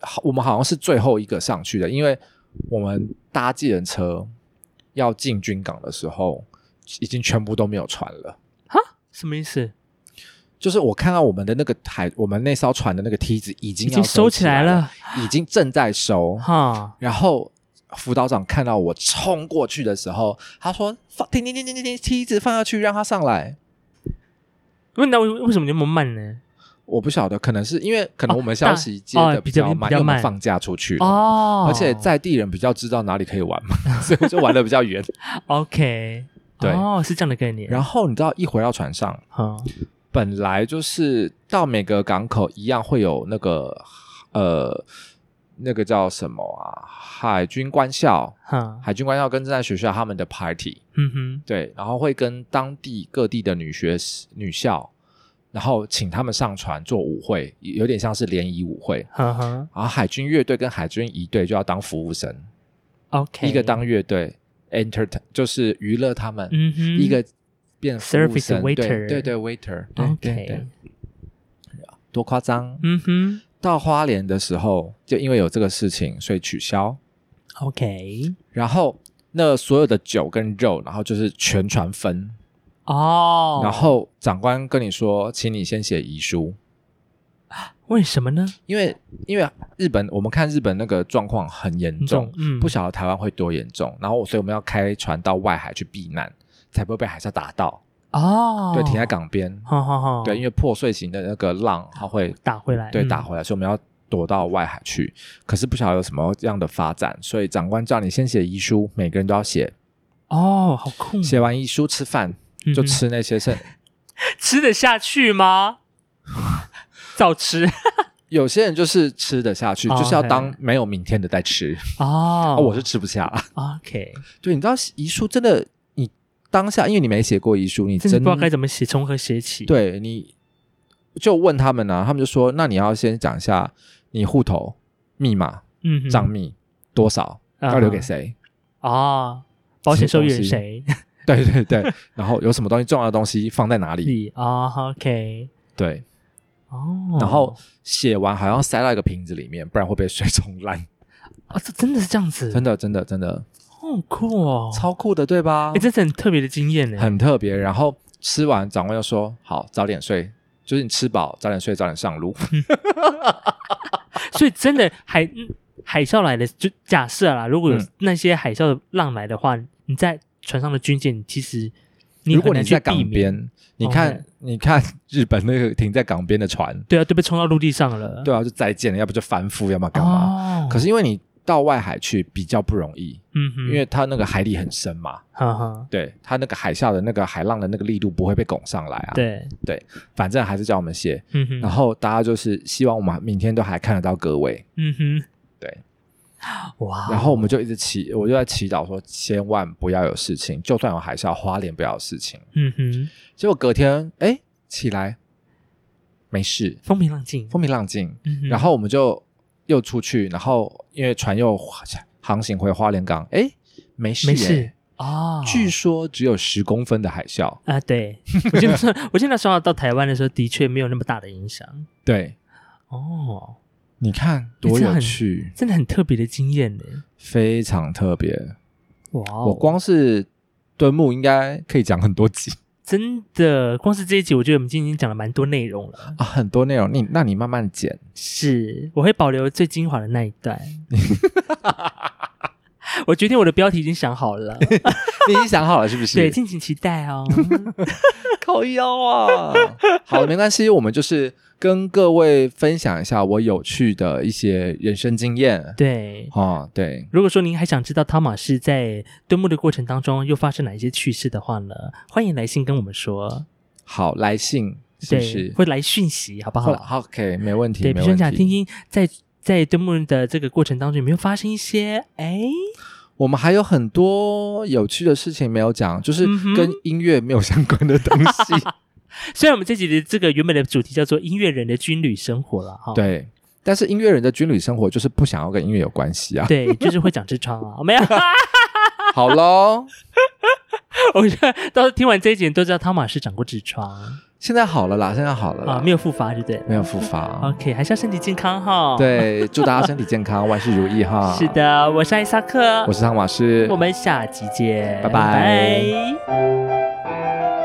S2: 好我们好像是最后一个上去的，因为我们搭计程车要进军港的时候，已经全部都没有船了。
S3: 什么意思？
S2: 就是我看到我们的那个海，我们那艘船的那个梯子已经
S3: 已
S2: 已
S3: 经收
S2: 收
S3: 起
S2: 起
S3: 来
S2: 来
S3: 了，
S2: 已经正在收。
S3: 哈，
S2: 然后辅导长看到我冲过去的时候，他说：“放停停停停停停，梯子放下去，让他上来。
S3: 问那为为什么那么慢呢？”
S2: 我不晓得，可能是因为可能
S3: 哦
S2: 我们消息接
S3: 大哦
S2: 的比较
S3: 比较
S2: 慢，
S3: 比较
S2: 因为我们
S3: 慢
S2: 放假出去了，
S3: 哦，
S2: 而且在地人比较知道哪里可以玩嘛， 所以我就玩的比较远。
S3: OK，
S2: 对
S3: 哦，是这样的概念，
S2: 然后你知道，一回到船上，
S3: 后
S2: 本来就是到每个港口一样会有那个呃，那个叫什么啊？海军官校，
S3: 哈，
S2: 海军官校跟正在学校他们的 party，
S3: 嗯哼，
S2: 对，然后会跟当地各地的女学女校，然后请他们上船做舞会，有点像是联谊舞会。
S3: 哈哈
S2: 然后海军乐队跟海军仪队就要当服务生，
S3: ，OK，
S2: 一个当乐队 entertain 就是娱乐他们，
S3: 嗯哼
S2: 一个变服务
S3: Service
S2: 生
S3: waiter
S2: 对对对 waiter，对对
S3: OK，
S2: 对，多夸张！
S3: 嗯哼
S2: 到花莲的时候，就因为有这个事情，所以取消。
S3: ，OK，
S2: 然后那所有的酒跟肉，然后就是全船分，
S3: 哦，
S2: 然后长官跟你说，请你先写遗书，
S3: 为什么呢？
S2: 因为因为日本我们看日本那个状况很严重，
S3: 嗯，
S2: 不晓得台湾会多严重，然后所以我们要开船到外海去避难，才不会被海啸打到。
S3: 哦，
S2: 对，停在，港边，
S3: 哈哈哈，
S2: 对，因为破碎型的那个浪它会
S3: 打回来，
S2: 对
S3: 嗯
S2: 打，回来，所以我们要躲到外海去。可是不晓得有什么样的发展，所以长官叫你先写遗书，每个人都要写，
S3: 哦，好酷，
S2: 写完遗书吃饭
S3: 嗯
S2: 就
S3: 哼
S2: 吃那些剩
S3: 吃得下去吗？ 照吃
S2: 有些人就是吃得下去，
S3: 哦
S2: 就是要
S3: OK
S2: 当没有明天的在吃。
S3: 哦
S2: 啊，我是吃不下。
S3: OK，
S2: 对，你知道遗书真的，你当下因为你没写过遗书，你
S3: 真
S2: 真
S3: 的不知道该怎么写，从何写起。，
S2: 对，你就问他们啊，他们就说，那你要先讲一下你户头密码、
S3: 嗯哼，
S2: 账密多少，
S3: 啊
S2: 要留给谁？
S3: 啊，保险受益人
S2: 什
S3: 谁？
S2: 对对对，然后有什么东西重要的东西放在哪 里？
S3: 你啊，OK，
S2: 对，
S3: 哦，
S2: 然后写完好像塞到一个瓶子里面，不然会被水 冲烂。
S3: 啊，这真的是这样子，
S2: 真的，真的，真的，
S3: 好酷哦，
S2: 超酷的，对吧
S3: 哎，？这是很特别的经验呢。
S2: 很特别。然后吃完，长官又说：“好，早点睡，就是你吃饱，早点睡，早点上路。
S3: 所以真的海嗯海啸来的，就假设啦，如果有
S2: 嗯
S3: 那些海啸的浪来的话，你在船上的军舰，其实你
S2: 如
S3: 很
S2: 果你
S3: 难去
S2: 在
S3: 避
S2: 港
S3: 免。哦
S2: 边，你看
S3: OK
S2: 你看日本那个停在港边的船，
S3: 对啊，就被冲到陆地上了。
S2: 对啊，就再见了，要不就翻覆，要么干嘛？
S3: 哦，
S2: 可是因为你到外海去比较不容易，
S3: 嗯哼，
S2: 因为它那个海底很深嘛，
S3: 哈哈，
S2: 对，它那个海下的那个海浪的那个力度不会被拱上来啊。，
S3: 对，
S2: 反正还是叫我们写。
S3: 嗯哼，
S2: 然后大家就是希望我们明天都还看得到各位，
S3: 嗯哼，
S2: 对。
S3: 哇，
S2: 然后我们就一直祈，我就在祈祷说，千万不要有事情，就算有海啸，花莲不要有事情。
S3: 嗯哼，
S2: 结果隔天，哎，起来没事，
S3: 风平浪静。
S2: 风平浪静。
S3: 嗯哼，
S2: 然后我们就又出去，然后因为船又航行回花莲港，哎，没事、
S3: 没事。哦，
S2: 据说只有十公分的海啸，
S3: 啊，对，我记得那我记得那时候到台湾的时候，的确没有那么大的影响。
S2: 对，
S3: 哦，
S2: 你看多
S3: 这
S2: 有
S3: 很
S2: 趣，
S3: 真的很特别的经验呢。
S2: 非常特别。
S3: 哇哦，
S2: 我光是敦木应该可以讲很 多集
S3: 真的光是这一集，我觉得我们今天已经讲了蛮多内容了。
S2: 啊，很多内容。你那你慢慢 剪，
S3: 是，我会保留最精华的那一 段。我决定我的标题已经想好了，
S2: 你已经想好了是不是？
S3: 对，敬请期待 哦。
S2: 靠腰啊！ 好，没关系，我们就是跟各位分享一下我有趣的一些人生经验。
S3: 对，
S2: 哦，对，
S3: 如果说您还想知道汤马士在蹲木的过程当中又发生哪一些趣事的话呢，欢迎来信跟我们说，
S2: 好，来信是
S3: 对，
S2: 不是？
S3: 会来讯息，好不
S2: 好
S3: 好？
S2: 好，OK，没问题，
S3: 对，比
S2: 没
S3: 如说
S2: 问
S3: 你想听
S2: 题。
S3: 听在在蹲木的这个过程当中有没有发生一些哎，
S2: 我们还有很多有趣的事情没有讲，就是
S3: 嗯哼
S2: 跟音乐没有相关的东西。
S3: 虽然我们这集的这个原本的主题叫做音乐人的军旅生活了哈，
S2: 对，但是音乐人的军旅生活就是不想要跟音乐有关 系 啊。
S3: 对，就是会长痔疮啊， 没有。
S2: 好喽，
S3: 我觉得到时候听完这一集，你都知道汤马士长过痔疮
S2: 现在好了啦，现在好了啦，
S3: 啊，没有复发，对不对
S2: 没有复发。啊
S3: ？OK，还是要身体健康哈。，
S2: 对，祝大家身体健康，万事如意哈。
S3: 是，的，我是艾萨克，
S2: 我是汤马士，
S3: 我们下集见，
S2: 拜拜
S3: 拜